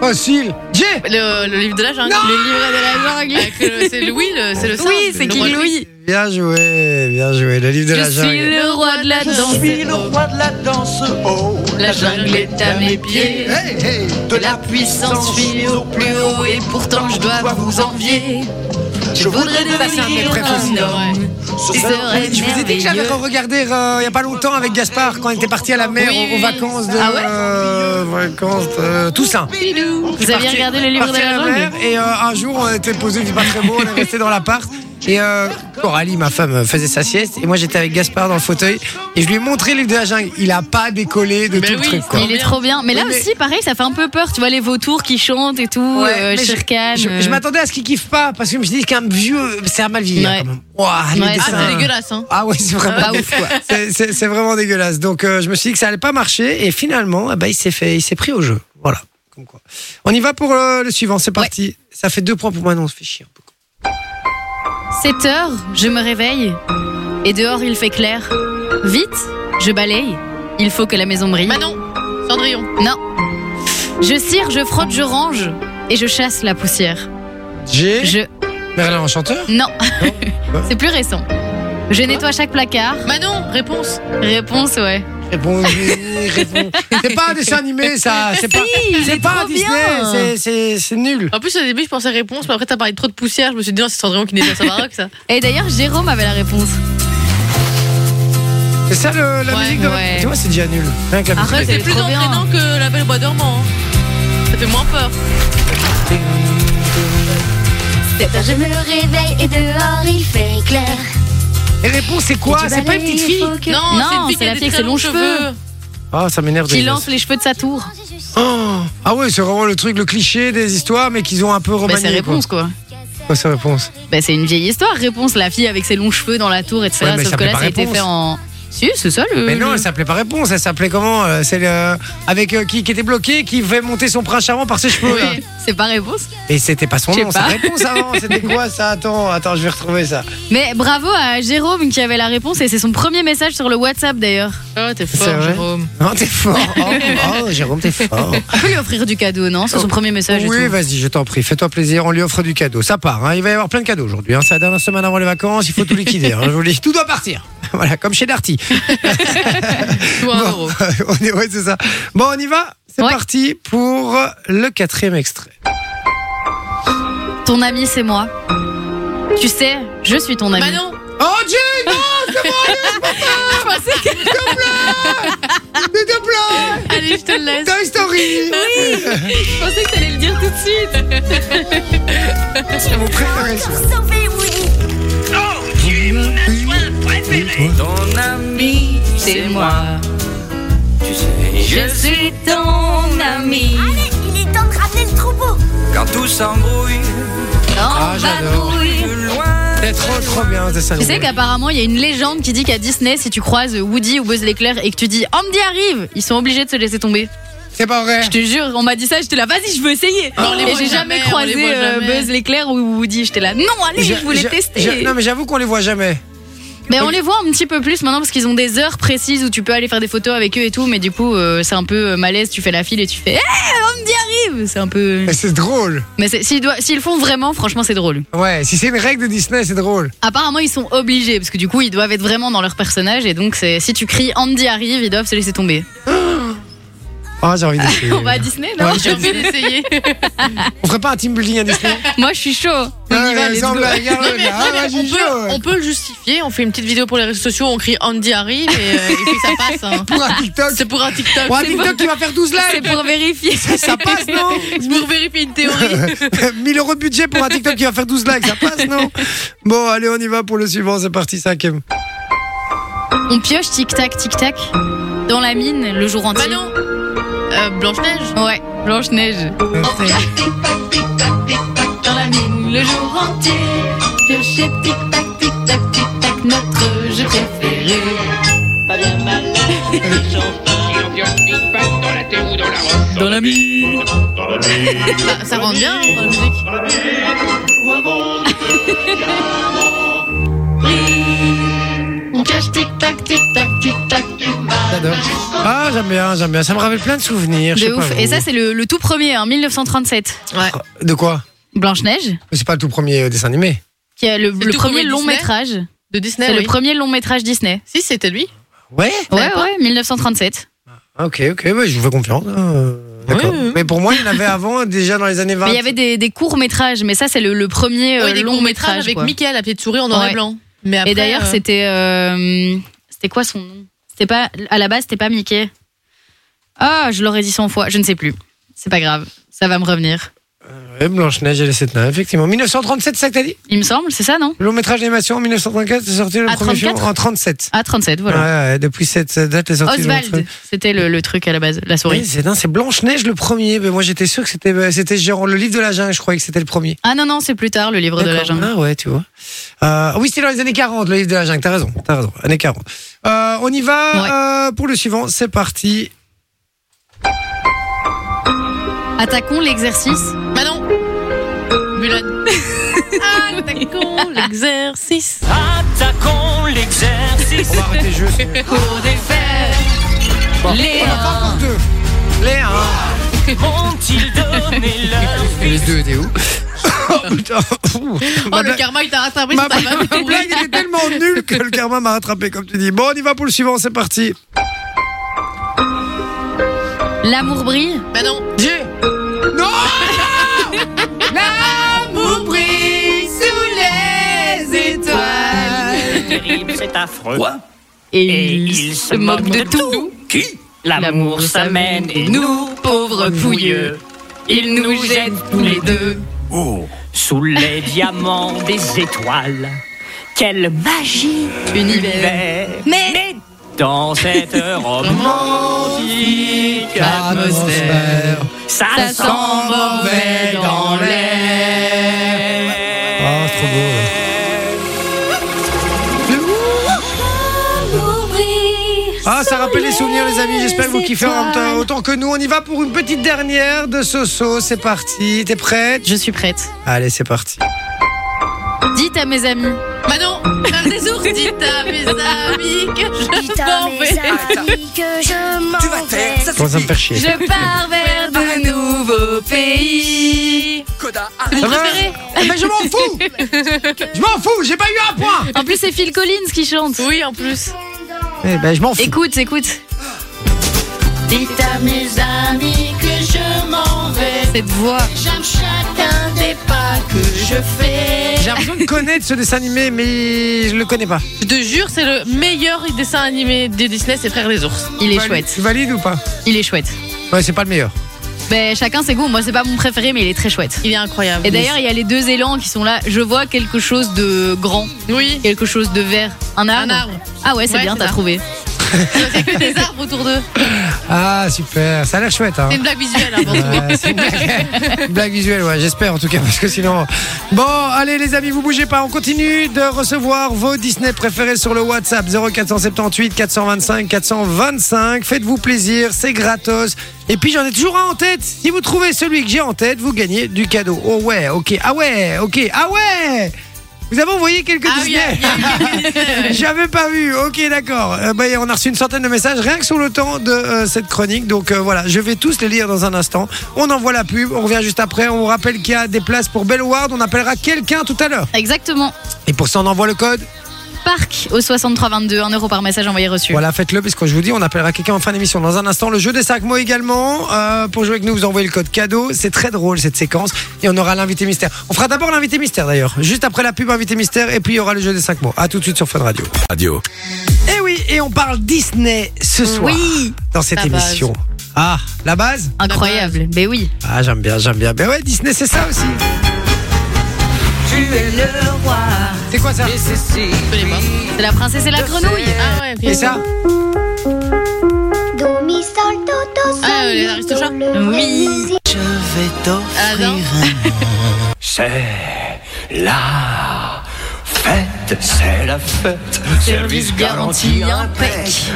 B: Facile. Jay
C: Le, le livre de la jungle.
A: Le livre de la jungle.
C: Avec le- C'est Louis, le- c'est le singe.
A: Oui, c'est
C: le
A: King
C: roi
A: Louis.
B: Bien joué, bien joué. Le livre de la
A: Je
B: jungle.
A: suis le roi de la
C: Je
A: danse.
E: suis le roi de la danse. Oh,
C: La jungle est à mes pieds.
B: Hey, hey.
E: de la puissance suis au plus haut et pourtant je dois vous envier. Je voudrais
C: c'est un
E: devenir
C: très
E: un
C: facile,
E: homme. Ce serait
B: Je vous ai dit que j'avais regardé euh, il y a pas longtemps avec Gaspard quand on était parti à la mer
C: Oui,
B: aux- aux,
C: oui.
B: vacances de
A: Ah ouais
B: euh, vacances de Toussaint.
C: Ah,
A: Vous aviez regardé le livre de
B: Parti à
A: la
B: la
A: jungle
B: mer et euh, un jour on était posé, c'est pas très beau, on est resté dans l'appart. Et euh, Coralie, ma femme, faisait sa sieste et moi j'étais avec Gaspard dans le fauteuil et je lui ai montré le livre de la jungle. Il a pas décollé de
C: Mais
B: tout le
C: oui,
B: truc. Quoi.
C: Quand
A: Il est
C: bien.
A: trop bien. Mais là
B: Oui, mais-
A: aussi, pareil, ça fait un peu peur. Tu vois les vautours qui chantent et tout.
B: Ouais,
A: euh,
B: mais je-
A: Shere Khan,
B: Je,
A: euh.
B: je m'attendais à ce qu'il kiffe pas parce que je me suis dit qu'un vieux, c'est un mal vieillir
A: Ouais.
B: quand même. Ouah, les
A: Ouais, c'est
C: Ah,
B: dessins.
C: c'est dégueulasse, hein.
B: Ah ouais, c'est vraiment
A: Pas ouf, quoi.
B: C'est- C'est c'est vraiment dégueulasse. Donc euh, je me suis dit que ça allait pas marcher et finalement, eh ben, il s'est fait, il s'est pris au jeu. Voilà. Comme quoi. On y va pour euh, le suivant. C'est parti. Ça fait deux points pour moi. Non, on se fait chier. un peu.
A: 7 heures, je me réveille. Et dehors, il fait clair. Vite, je balaye. Il faut que la maison
B: Bah
A: brille.
C: Manon, Cendrillon.
A: Je cire, je frotte, je range. Et je chasse la poussière.
B: J'ai
A: Je.
B: Merlin Enchanteur.
A: Non. [LAUGHS]
B: Non. Bah
A: C'est plus récent. Je nettoie chaque placard.
C: Manon, réponse.
A: Réponse, ouais.
B: Réponds. oui, réponds. C'est pas un dessin
A: [LAUGHS]
B: animé, ça. C'est pas.
A: il est
B: C'est pas un
A: trop
B: Disney.
A: bien.
B: C'est- C'est c'est nul.
C: En plus, au début, je pensais réponse, mais après, t'as parlé de trop de poussière. Je me suis dit, non, c'est Cendrillon qui nettoie sa baraque, ça.
A: Et d'ailleurs, Jérôme avait la réponse.
B: Oh, C'est ça le- la
C: Ouais,
B: musique de. votre-
A: ouais.
B: Tu vois, c'est déjà nul. Rien que la musique.
A: Arrête,
C: C'est
A: elle est
C: plus
A: trop bien.
C: entraînant que la belle bois dormant. hein. Ça fait moins peur.
D: Quand je me réveille et dehors il fait clair.
B: Et réponse, c'est quoi Ah, C'est pas une petite fille.
C: Non,
A: Non,
C: c'est une fille qui a des très longs cheveux.
B: Ah, ça m'énerve. de
A: Qui
B: les
A: lance les cheveux de sa tour.
B: Oh. Ah ouais, c'est vraiment le truc, le cliché des histoires, mais qu'ils ont un peu
A: Bah,
B: remanié.
A: c'est
B: quoi.
A: réponse, quoi.
B: Quoi, sa réponse
A: Bah, c'est une vieille histoire, réponse. La fille avec ses longs cheveux dans la tour, etc.
B: Ouais, mais
A: Sauf
B: ça
A: que là,
B: fait pas
A: ça a été
B: réponse.
A: fait en. Si, c'est ça le.
B: Mais non,
A: le-
B: elle s'appelait pas réponse, elle s'appelait comment euh, C'est le- avec euh, qui, qui était bloqué, qui fait monter son prince charmant par ses cheveux. là.
A: Oui, [LAUGHS] c'est pas réponse.
B: Et c'était pas son
A: Je sais
B: nom,
A: pas.
B: sa réponse avant. C'était quoi ça Attends, attends, je vais retrouver ça.
A: Mais bravo à Jérôme qui avait la réponse et c'est son premier message sur le WhatsApp d'ailleurs.
C: Oh, t'es
B: C'est
C: fort,
B: vrai.
C: Jérôme.
B: Non, t'es fort. Oh, oh, Jérôme,
A: [LAUGHS]
B: t'es fort.
A: On peut lui offrir du cadeau, non C'est son premier message. et
B: Oui,
A: tout.
B: vas-y, je t'en prie, fais-toi plaisir, on lui offre du cadeau. Ça part, hein, il va y avoir plein de cadeaux aujourd'hui. hein. C'est la dernière semaine avant les vacances, il faut tout liquider. hein, je vous le dis, tout doit partir. [LAUGHS] Voilà, comme chez Darty.
C: Toi, un
B: Bon,
C: euro.
B: [LAUGHS] on est, ouais, c'est ça. Bon, on y va C'est
A: Ouais.
B: parti pour le quatrième extrait.
A: Ton ami, c'est moi. Tu sais, je suis ton ami. [LAUGHS]
C: Manon,
B: Oh, Dieu, non,
A: Je pensais que-
B: s'il te plaît
C: allez, je te le laisse.
B: Toy Story
C: Je pensais que t'allais le dire tout de suite.
B: C'est mon préféré celui-là.
F: Ton ami, c'est moi. Tu sais, je suis ton ami.
D: Il est temps de ramener le troupeau.
F: Quand tout s'embrouille,
B: Ah, j'adore.
F: de loin.
B: C'est trop trop bien, c'est ça.
A: Tu sais qu'apparemment, il y a une légende qui dit qu'à Disney, si tu croises Woody ou Buzz l'éclair et que tu dis Andy arrive, ils sont obligés de se laisser tomber.
B: C'est pas vrai.
A: Je te jure, on m'a dit ça, j'étais là, vas-y, je veux essayer.
C: Non, on les
A: et
C: voit
A: j'ai
C: jamais, on
A: jamais
C: les
A: croisé
C: voit
A: euh,
C: jamais.
A: Buzz l'éclair ou Woody, j'étais là, non, allez, je, voulais tester.
B: je- non mais j'avoue qu'on les voit jamais.
A: Mais on les voit un petit peu plus maintenant parce qu'ils ont des heures précises où tu peux aller faire des photos avec eux et tout, mais du coup, euh, c'est un peu euh, malaise. Tu fais la file et tu fais Eh, Hé, Andy arrive C'est un peu.
B: Mais c'est drôle.
A: Mais c'est- s'ils doivent- s'ils le font vraiment, franchement, c'est drôle.
B: Ouais, si c'est une règle de Disney, c'est drôle.
A: Apparemment, ils sont obligés parce que du coup, ils doivent être vraiment dans leur personnage et donc, c'est- si tu cries Andy arrive, ils doivent se laisser tomber.
B: Ah, j'ai envie
A: [LAUGHS]
B: d'essayer.
A: On va à Disney, non
B: Ouais,
C: J'ai envie
A: [LAUGHS]
C: d'essayer.
B: On ferait pas un team building à Disney
A: Moi, je suis chaud. On y va,
B: ouais,
A: let's
B: sans
A: go.
B: blague, hein,
C: Non, mais
A: [LAUGHS]
B: là,
C: non,
B: ah,
C: mais
B: ouais, j'ai
C: on,
B: chaud,
C: peut,
B: ouais.
C: on peut le justifier. On fait une petite vidéo pour les réseaux sociaux. On crie Andy arrive et, euh, et puis ça passe. hein.
B: Pour un TikTok.
C: C'est pour un TikTok.
B: Pour un
C: C'est pour-
B: TikTok qui va faire 12
A: C'est
B: lives.
A: pour vérifier.
B: Ça passe,
A: [LAUGHS]
B: non
C: c'est
B: [LAUGHS]
C: pour vérifier une théorie.
B: 1000 euros de budget pour un TikTok qui va faire 12 likes, ça passe, non Bon, allez, on y va pour le suivant, c'est parti, cinquième.
A: On pioche tic-tac, tic-tac dans la mine le jour entier.
C: Manon, euh, Blanche-Neige.
A: Ouais, Blanche-Neige.
G: dans la mine le jour entier. Piocher tic tac tic tac tic tac notre jeu préféré. Pas bien mal.
F: Dans la mine.
A: Bah,
C: Ah, ça rend bien hein, dans la musique.
G: On cache tic tac tic tac tic tac du mal.
B: j'adore. Ah, j'aime bien, j'aime bien. Ça me rappelle plein de souvenirs. je
A: De
B: sais pas
A: ouf. Et
B: vous.
A: ça, c'est le, le tout premier, hein, en 1937.
C: Ouais.
B: De quoi
A: Blanche-Neige,
B: Mais C'est pas le tout premier euh, dessin animé.
A: qui est le,
C: le
A: le
C: tout
A: premier
C: premier
A: long
C: Disney
A: métrage.
C: De Disney,
A: C'est le
C: oui.
A: premier long métrage Disney.
C: Si, c'était lui.
B: Ouais
A: Ouais, ouais, 1937.
B: Ah, Ok, ok, ouais, je vous fais confiance. euh, D'accord.
C: Oui, oui, oui.
B: Mais pour moi, il y en avait avant, déjà dans les années 20.
A: Mais il y avait des, des courts métrages, mais ça, c'est le, le premier
C: Oui, des
A: Euh, long
C: courts-métrages
A: métrage.
C: avec Michael à pied de souris en noir
A: Ouais.
C: et blanc. Mais après,
A: Et d'ailleurs,
C: euh,
A: c'était. euh, c'était quoi son nom C'était pas. À la base, c'était pas Mickey. Ah, je l'aurais dit 100 fois, je ne sais plus. C'est pas grave, ça va me revenir.
B: Ouais, Blanche-Neige et les 7 nains, effectivement. 1937, c'est ça que t'as dit
A: Il me semble, c'est ça, non
B: Le long métrage d'animation en 1934, c'est sorti le
A: À
B: premier film
A: 34?
B: en 37.
A: Ah, 37, voilà.
B: Ouais, ouais, depuis cette cette date, les sorties.
A: Oswald, c'était le, le truc à la base, la souris.
B: Oui, c'est dingue, c'est Blanche-Neige le premier. Mais moi, j'étais sûr que c'était euh, c'était genre le livre de la jungle, je croyais que c'était le premier.
A: Ah non, non, c'est plus tard, le livre de la
B: D'accord.
A: jungle.
B: Ah ouais, tu vois. Euh, oui, c'était dans les années 40, le livre de la jungle. T'as raison, t'as raison. Années 40. Euh, on y va euh, pour le suivant. C'est parti.
A: Attaquons l'exercice.
C: Bah non Mulan. [LAUGHS] ah, t'es con, l'exercice.
F: Attaquons l'exercice
B: On va arrêter le
F: [LAUGHS]
B: jeu. c'est mieux.
F: pour défaire les
B: On en parle encore deux. Léa.
F: ont-ils donné leur
B: [LAUGHS] Les deux,
F: [LAUGHS]
B: t'es où Oh putain. Ouh.
C: Oh,
B: Ma
C: le
B: blague-
C: karma, il t'a rattrapé
B: Ma
C: sur ta
B: blague
C: vanne.
B: ma blague elle est tellement nulle que le karma m'a rattrapé, comme tu dis. Bon, on y va pour le suivant, c'est parti.
A: L'amour brille.
C: Bah non
B: Dieu Non
C: L'amour brille sous les étoiles.
F: terrible, c'est affreux.
A: Et,
E: Et
A: il, se moque de tout.
E: Qui L'amour s'amène et nous, pauvres pouilleux, il nous gêne tous les deux. Oh Sous les diamants des étoiles, quelle magie
A: Univers.
E: Mais, Euh, mais dans [LAUGHS] cette romantique
B: Atmosphère.
E: ça, sent
B: mauvais dans
E: l'air.
B: Ah, c'est trop beau,
D: L'amour
B: [LAUGHS]
D: brille
B: Ah, ça
D: sous
B: rappelle les souvenirs, les amis. J'espère que vous
D: les
B: kiffez en même temps
D: étoiles.
B: autant que nous. On y va pour une petite dernière de Soso. C'est parti. T'es prête
A: Je suis prête.
B: Allez, c'est parti.
A: Dites à mes amis.
C: Bah non Faire des ours, dites à mes amis que
D: Dites
C: je
D: à
C: m'en
D: mes
C: vais.
D: amis que je m'en vais.
B: Comment ça me faire chier
A: Je pars vers de nouveaux pays.
B: Ça va Ah, Mais je m'en fous Je m'en fous, j'ai pas eu un point
A: En plus, c'est Phil Collins qui chante.
C: Oui, en plus.
B: Eh ben, je m'en fous.
A: Écoute, écoute.
G: Dites à mes amis que je m'en vais.
A: Cette voix.
G: J'aime chacun des pas que je fais.
B: J'ai l'impression de connaître ce dessin animé, mais je le connais pas.
C: Je te jure, c'est le meilleur dessin animé de Disney, c'est Frères des ours.
A: Il est
B: Vali-
A: chouette.
B: Tu valides ou pas
A: Il est chouette.
B: Ouais, c'est pas le meilleur.
A: Ben, chacun ses goûts. Moi, c'est pas mon préféré, mais il est très chouette.
C: Il est incroyable.
A: Et d'ailleurs, il y a les deux élans qui sont là. Je vois quelque chose de grand,
C: Oui.
A: quelque chose de vert. Un arbre.
C: Un arbre.
A: Ah ouais, c'est
C: Ouais,
A: bien,
C: c'est
A: t'as
C: ça.
A: trouvé.
C: [LAUGHS] C'est que des arbres autour d'eux.
B: Ah, super. Ça a l'air chouette, hein.
C: C'est une blague visuelle avant tout.
B: Ouais, c'est une blague, une blague visuelle, ouais, j'espère en tout cas, parce que sinon. Bon, allez les amis, vous bougez pas, on continue de recevoir vos Disney préférés sur le WhatsApp 0478 425 425. Faites-vous plaisir, c'est gratos. Et puis j'en ai toujours un en tête. Si vous trouvez celui que j'ai en tête, vous gagnez du cadeau. Oh ouais, ok, ah ouais, ok, ah ouais Vous avez envoyé quelques
C: Ah oui,
B: Disney
C: il y a- il y a eu quelques Disney, ouais.
B: J'avais pas vu. Ok, d'accord. Euh, bah, on a reçu une centaine de messages rien que sur le temps de euh, cette chronique. Donc euh, voilà, je vais tous les lire dans un instant. On envoie la pub. On revient juste après. On vous rappelle qu'il y a des places pour Bellward. On appellera quelqu'un tout à l'heure.
A: Exactement.
B: Et pour ça, on envoie le code.
A: Parc au 6322, 1 euro par message envoyé reçu.
B: Voilà, faites-le parce que je vous dis, on appellera quelqu'un en fin d'émission. Dans un instant, le jeu des 5 mots également. Euh, pour jouer avec nous, vous envoyez le code cadeau. C'est très drôle cette séquence. Et on aura l'invité mystère. On fera d'abord l'invité mystère d'ailleurs. Juste après la pub invité mystère. Et puis il y aura le jeu des 5 mots. À tout de suite sur Fun Radio.
H: Radio.
B: Et oui, et on parle Disney ce soir.
A: Oui.
B: dans cette
C: La base.
B: émission. Ah, la base
A: Incroyable. Ben oui.
B: Ah, j'aime bien, j'aime bien. Ben ouais, Disney, c'est ça aussi.
E: Tu es le roi.
B: C'est quoi ça
E: Et ceci.
C: Je connais pas.
A: C'est la princesse et la grenouille.
C: Ah ouais, ok.
B: Et ça
I: Do mi sol do do sol.
C: Ah, euh, les aristochats
A: Oui.
E: Je vais
C: Ah, Aladdin.
E: t'offrir. un- C'est la fête.
H: fête, c'est la fête. Service garanti impec.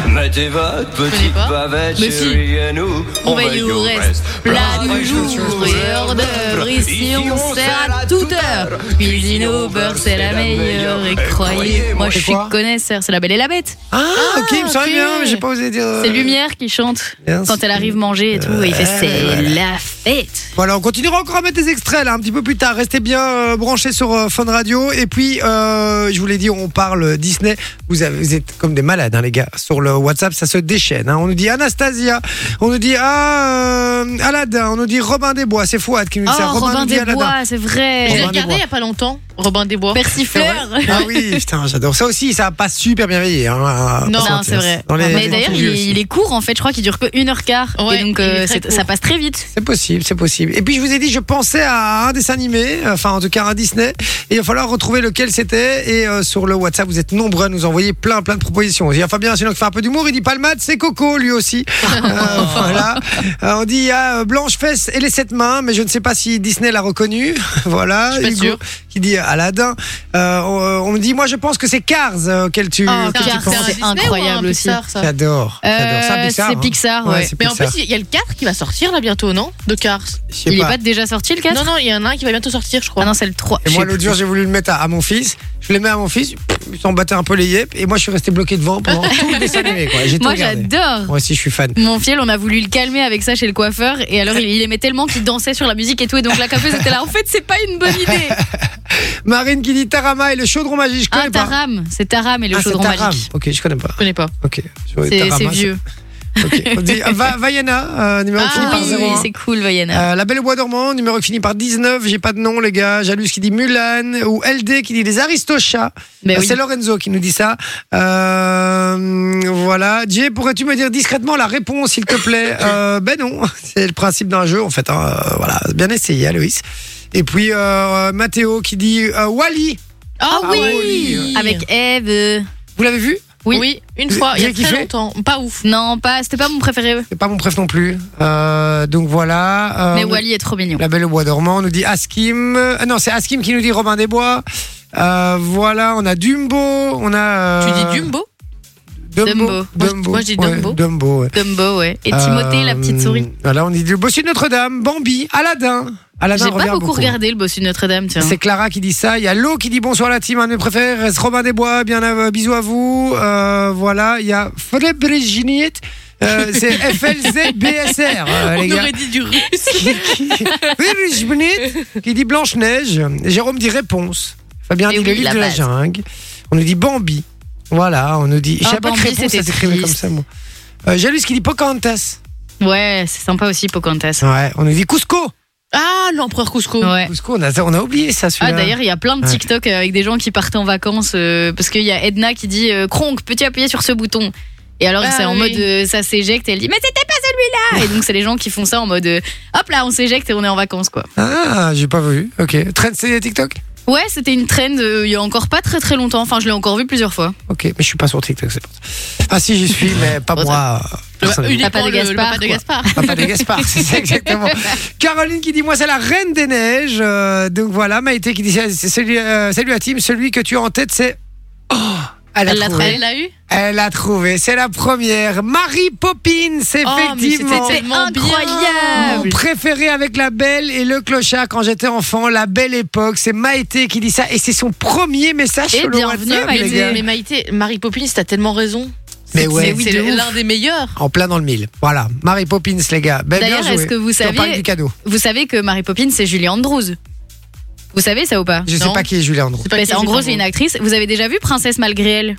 H: Mettez votre
C: connais
H: petite
C: pas
H: pavette,
C: Mais si.
H: chérie, et nous,
C: On veille au reste. Plat du jour et hors d'œuvre, ici on sert à toute heure.
A: Cuisine au beurre, c'est la meilleure. Et croyez-moi, je
B: C'est
A: suis
B: quoi
A: connaisseur. C'est la belle et la bête.
B: Ah, ok, il me semblait
A: ok.
B: bien, mais j'ai pas osé dire. euh,
A: C'est Lumière qui chante
B: Merci.
A: quand elle arrive manger et tout. et il fait c'est la fête.
B: Voilà, on continuera encore à mettre des extraits là un petit peu plus tard. Restez bien euh, branchés sur euh, Fun Radio. Et puis, euh, je vous l'ai dit, on parle Disney. Vous, avez- vous êtes comme des malades, hein, les gars. Sur le WhatsApp, ça se déchaîne. hein. On nous dit Anastasia, on nous dit ah, euh, Aladdin, on nous dit Robin des Bois. C'est Fouad qui nous
A: Oh,
B: dit ça.
A: Robin
B: nous dit
A: des
B: Aladdin.
A: Bois, c'est
C: Je l'ai
A: vrai.
B: Robin des
C: regardé
B: Bois.
C: il y a pas longtemps, Robin des Bois.
A: Persifleur.
B: Ah oui, putain, j'adore. Ça aussi, ça a pas super bien veillé. hein, à- à
C: Non,
B: se
A: Non,
B: mentir.
A: c'est vrai.
B: Dans les-
A: Mais
B: les
A: d'ailleurs, il,
B: vieux
A: est-
B: aussi.
A: il est court en fait. Je crois qu'il dure que 1h15.
C: Ouais,
A: et donc,
C: il est
A: euh,
C: très
A: c'est-
C: court.
A: ça passe très vite.
B: C'est possible, c'est possible. Et puis je vous ai dit, je pensais à un dessin animé, euh, enfin en tout cas un Disney, et il va falloir retrouver lequel c'était. Et euh, sur le WhatsApp, vous êtes nombreux à nous envoyer plein plein de propositions. Il y a Fabien sinon qui fait un peu d'humour, il dit Palmade, c'est Coco
A: [LAUGHS]
B: lui aussi. Euh, voilà. Euh, on dit il y a euh, Blanche Fesse et les sept mains, mais je ne sais pas si Disney l'a reconnu. [LAUGHS] voilà.
C: Je suis pas
B: Hugo
C: sûre.
B: qui dit Aladdin. Euh, on, on me dit moi je pense que c'est Cars euh, auquel tu,
C: Oh,
A: Ah,
B: auquel
A: Cars,
B: tu
A: c'est
B: penses.
A: un- incroyable aussi.
B: J'adore. j'adore.
A: Euh,
B: C'est Pixar.
A: c'est
B: hein.
A: Pixar, ouais.
B: c'est
C: Mais en
B: Pixar.
C: plus, il y a le 4 qui va sortir là bientôt, non De Cars.
B: Je sais
A: Il est
B: pas.
A: pas déjà sorti le 4
C: Non, non, il y en a un qui va bientôt sortir, je
A: Ah
C: crois.
A: non, c'est le 3.
B: Et moi, l'autre jour, j'ai voulu le mettre à, à mon fils. Je l'ai mis à mon fils. Il s'en battait un peu les yeux. Et moi, je suis resté bloqué
A: [LAUGHS]
B: devant pendant tout le dessin animé. Quoi. J'ai tout
A: Moi,
B: regardé.
A: j'adore.
B: Moi aussi, je suis fan.
A: Mon fiel, on a voulu le calmer avec ça chez le coiffeur, et alors il, il aimait tellement qu'il dansait sur la musique et tout, et donc la coiffeuse était là. En fait, c'est pas une
B: [LAUGHS]
A: bonne idée.
B: Marine qui dit Tarama et le chaudron magique. Je connais
A: Ah,
B: pas.
A: Taram, c'est Taram et le
B: Ah, c'est
A: chaudron
B: Taram. hein,
A: magique.
B: Ok, je connais pas.
C: Je connais pas.
B: Ok. je vois
A: C'est
B: Tarama,
A: c'est vieux.
B: ok. On
A: [LAUGHS]
B: dit, euh, Va- Vaiana, euh, numéro qui finit
A: Ah
B: par
A: oui,
B: 01.
A: oui, c'est cool, Voyana.
B: Euh, la Belle au Bois dormant, numéro qui finit par 19, j'ai pas de nom les gars. Jalus qui dit Mulan, ou LD qui dit les Aristochats.
A: Mais
B: Euh,
A: oui.
B: C'est Lorenzo qui nous dit ça. Euh, voilà. Jay, pourrais-tu me dire discrètement la réponse, s'il te
A: [LAUGHS]
B: plaît Euh, Ben non, [LAUGHS] c'est le principe d'un jeu en fait. hein. Euh, Voilà, bien essayé, Aloïs. Et puis euh, Mathéo qui dit euh, Wally.
C: Ah
B: Ah oui.
A: Avec Eve. euh,
B: Vous l'avez vu
C: Oui,
A: Oui.
C: une fois, il y a
B: J'ai
C: très
B: kiffé.
C: longtemps. Pas ouf.
A: Non, pas. C'était pas mon préféré.
B: C'est pas mon préf non plus. Euh, donc voilà. Euh,
A: Mais
B: on-
A: Wally est trop mignon.
B: La Belle au Bois dormant on nous dit Askim. Ah non, c'est Askim qui nous dit Robin des Bois. Euh, voilà, on a Dumbo, on a.
C: Tu
B: euh,
C: dis Dumbo
A: Dumbo.
B: Dumbo.
C: je-
A: Moi,
B: Dumbo.
C: moi, je dis
B: Ouais,
C: Dumbo.
B: Dumbo, ouais.
A: Dumbo, ouais. Et Timothée,
B: Euh,
A: la petite souris.
B: Voilà, on dit le bossu de Notre-Dame, Bambi, Aladdin. Aladdin
A: J'ai
B: revient
A: pas beaucoup regardé hein. le bossu de Notre-Dame, tiens.
B: C'est Clara qui dit ça. Il y a Lo qui dit bonsoir la team, un de mes préférés. Reste Robin des Bois, bien euh, bisous à vous. Euh, voilà, il y a Frébriginiet.
A: [LAUGHS]
B: Euh, c'est FLZBSR, euh, les
C: On
B: gars.
C: aurait dit du russe.
B: Frébriginiet qui dit Blanche-Neige. Jérôme dit Réponse. Fabien
A: Mais
B: dit
A: oui,
B: Le livre
A: la
B: de la
A: base.
B: jungle. On nous dit Bambi. Voilà, on nous dit. Je
A: Ah,
B: savais pas que
A: Bambi,
B: Réponse, ça
A: c'était
B: s'écrivait comme
A: triste.
B: ça, moi. Euh, Jalus qui dit Pocahontas.
A: Ouais, c'est sympa aussi, Pocahontas.
B: Ouais, on nous dit Cusco.
C: Ah, l'empereur Cusco.
A: Ouais.
B: Cusco, on a, on a oublié ça, celui-là.
A: Ah, d'ailleurs, il y a plein de
B: Ouais.
A: TikTok euh, avec des gens qui partent en vacances euh, parce qu'il y a Edna qui dit euh, Kronk, peux-tu appuyer sur ce bouton Et alors,
C: Ah,
A: c'est en
C: oui.
A: mode euh, ça s'éjecte et elle dit Mais c'était pas celui-là Et donc, c'est les gens qui font ça en mode euh, Hop là, on s'éjecte et on est en vacances, quoi.
B: Ah, j'ai pas vu. Ok. Trend, c'est TikTok
A: Ouais, c'était une trend euh, il y a encore pas très très longtemps. Enfin, je l'ai encore vu plusieurs fois.
B: Ok, mais je suis pas sur TikTok, c'est pour ça. Ah, si, j'y suis, mais pas
C: Bon,
B: moi.
C: Le- il
B: personnellement.
C: est
A: Papa
C: pas
A: de
C: le- le
A: Gaspard,
C: papa de
A: quoi.
C: Gaspard.
B: Papa de Gaspard, c'est ça exactement. Caroline qui dit Moi, c'est la reine des neiges. Euh, donc voilà, Maïté qui dit c'est celui, euh, Salut à Tim, celui que tu as en tête, c'est. Oh, elle
A: Elle l'a
B: a trouvé.
C: Elle l'a eu
B: Elle a trouvé. C'est la première. Marie
A: Oh,
B: Poppins, effectivement.
C: Ah, c'était tellement bien. Oh,
A: incroyable.
B: Mon préféré avec la belle et le clochard quand j'étais enfant, la belle époque. C'est Maïté qui dit ça et c'est son premier message
A: Et
B: sur le
A: bienvenue,
B: WhatsApp, les
A: Eh Maïté.
B: gars.
C: Mais Maïté, Marie Poppins, t'as tellement raison.
B: Mais
C: C'est-
B: ouais.
C: c'est-
B: Mais oui,
C: c'est
A: de ouf.
C: l'un des meilleurs.
B: En plein dans le mille. Voilà, Marie Poppins, les gars. Ben, bien
A: D'ailleurs,
B: joué.
A: est-ce que vous
B: Tu en
A: saviez-
B: parles du cadeau.
A: Vous savez que Mary Poppins, c'est Julie Andrews. Vous savez ça ou pas
B: Je sais
C: Non.
B: pas qui est Julien Andrew.
C: C'est pas
A: Mais
C: qui,
A: c'est- En
C: j'ai
A: gros,
C: pas
A: c'est
C: le
A: une
C: nom.
A: actrice. Vous avez déjà vu Princesse malgré elle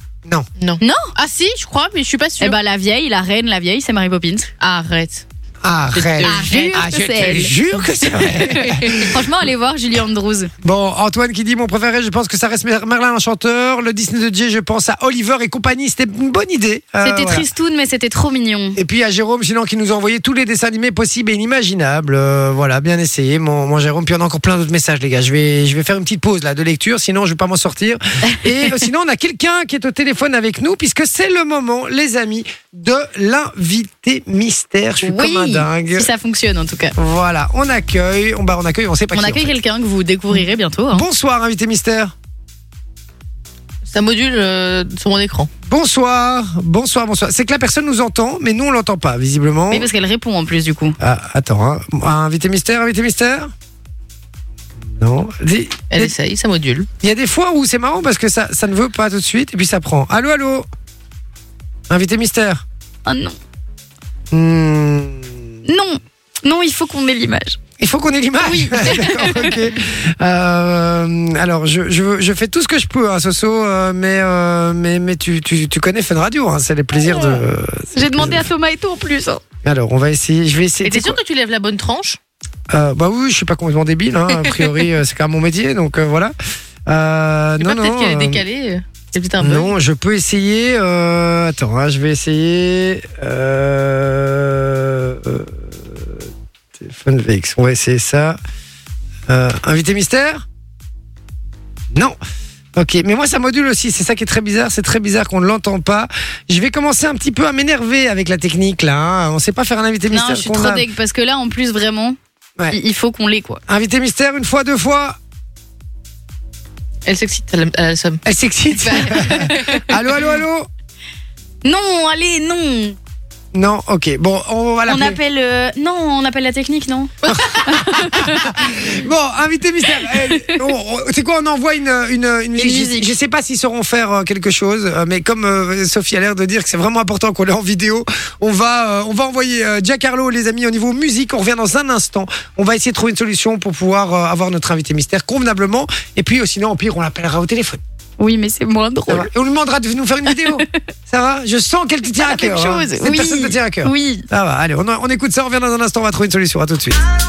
C: Ah si, je crois, mais je suis pas sûre.
A: Eh ben, la vieille, la reine, la vieille, c'est Mary Poppins.
C: Arrête.
B: Arrête.
A: jure
B: Ah,
A: que
B: je
A: c'est
B: te
A: elle.
B: jure que c'est vrai.
A: Franchement, allez voir Julie Andrews.
B: [LAUGHS] bon, Antoine qui dit mon préféré, je pense que ça reste Mer- Merlin l'Enchanteur. Le Disney de Jay, je pense à Oliver et compagnie. C'était une bonne idée. Euh,
A: C'était
B: voilà.
A: tristoun, mais c'était trop mignon.
B: Et puis à Jérôme, sinon, qui nous a envoyé tous les dessins animés possibles et inimaginables. Euh, voilà, bien essayé, mon, mon Jérôme. Puis on a encore plein d'autres messages, les gars. Je vais, je vais faire une petite pause là de lecture, sinon je vais pas m'en [LAUGHS] sortir. Et euh, sinon, on a quelqu'un qui est au téléphone avec nous, puisque c'est le moment, les amis, de l'invité mystère. Je suis comme un dingue.
A: si ça fonctionne en tout cas.
B: Voilà, on accueille, on, bah, on accueille, on sait pas
A: On
B: qui. en
A: accueille
B: fait.
A: quelqu'un que vous découvrirez bientôt. hein.
B: Bonsoir, invité mystère.
C: Ça module euh, sur mon écran.
B: Bonsoir, bonsoir, bonsoir. C'est que la personne nous entend, mais nous on l'entend pas, visiblement.
A: Oui, parce qu'elle répond en plus, du coup.
B: Ah, attends, hein. invité mystère, invité mystère Non. Dis-
C: Elle
B: dis-
C: essaye, ça module.
B: Il y a des fois où c'est marrant parce que ça, ça ne veut pas tout de suite et puis ça prend. Allô, allô Invité mystère
A: Oh non.
B: Hmm.
A: Non. Non, il faut qu'on ait l'image.
B: Il faut qu'on ait
C: Ah
B: l'image. [LAUGHS] D'accord, ok. Euh, alors, je, je, je fais tout ce que je peux, hein, Soso, euh, mais, euh, mais, mais tu, tu, tu connais Fun Radio, hein, c'est les plaisirs de. c'est les
A: J'ai demandé
B: plaisirs.
A: à Thomas et tout en plus. hein.
B: Alors, on va essayer. Je vais essayer.
C: Et t'es sûr que tu lèves la bonne tranche
B: Euh, bah oui, je suis pas complètement débile. hein. A priori, euh, c'est quand même mon métier, donc euh, voilà. Euh,
C: Je sais
B: non,
C: pas, Peut-être
B: non.
C: qu'elle est
B: euh,
C: décalée. C'est peut-être un peu.
B: non, je peux essayer. euh, attends, hein, je vais essayer. euh, euh, téléphone VX. On va essayer ça. Euh, invité mystère Non. Ok, mais moi ça module aussi, c'est ça qui est très bizarre, c'est très bizarre qu'on ne l'entend pas. Je vais commencer un petit peu à m'énerver avec la technique là, hein. on sait pas faire un invité
A: Non,
B: mystère.
A: je suis
B: qu'on
A: trop
B: a.
A: deg parce que là, en plus, vraiment,
B: Ouais.
A: il il faut qu'on l'ait, quoi.
B: Invité mystère, une fois, deux fois,
C: Elle s'excite, elle, elle a le somme.
B: elle s'excite.
A: Bah.
B: [LAUGHS] allô, allô, allô
A: Non, allez, non.
B: Non, ok, bon, on va
A: on
B: l'appeler.
A: appelle. euh, non, on appelle la technique, non
B: Bon, invité mystère. euh, on- on- C'est quoi On envoie une, une, une
A: musique.
B: Je, je sais pas s'ils sauront faire euh, quelque chose, euh, mais comme euh, Sophie a l'air de dire que c'est vraiment important qu'on l'ait en vidéo, on va, euh, on va envoyer euh, Giancarlo, les amis, au niveau musique. On revient dans un instant. On va essayer de trouver une solution pour pouvoir euh, avoir notre invité mystère convenablement. Et puis, euh, sinon, au pire, on l'appellera au téléphone.
A: Oui, mais c'est moins drôle.
B: Ça va Et on lui demandera de nous faire une
A: [LAUGHS]
B: vidéo. ça va Je sens qu'elle te tient à
A: Ah, quelque
B: cœur. hein.
A: chose,
B: Cette
A: oui.
B: personne te tient à cœur.
A: Oui.
B: Ça va, allez, on, on écoute ça, on revient dans un instant, on va trouver une solution. À tout de suite.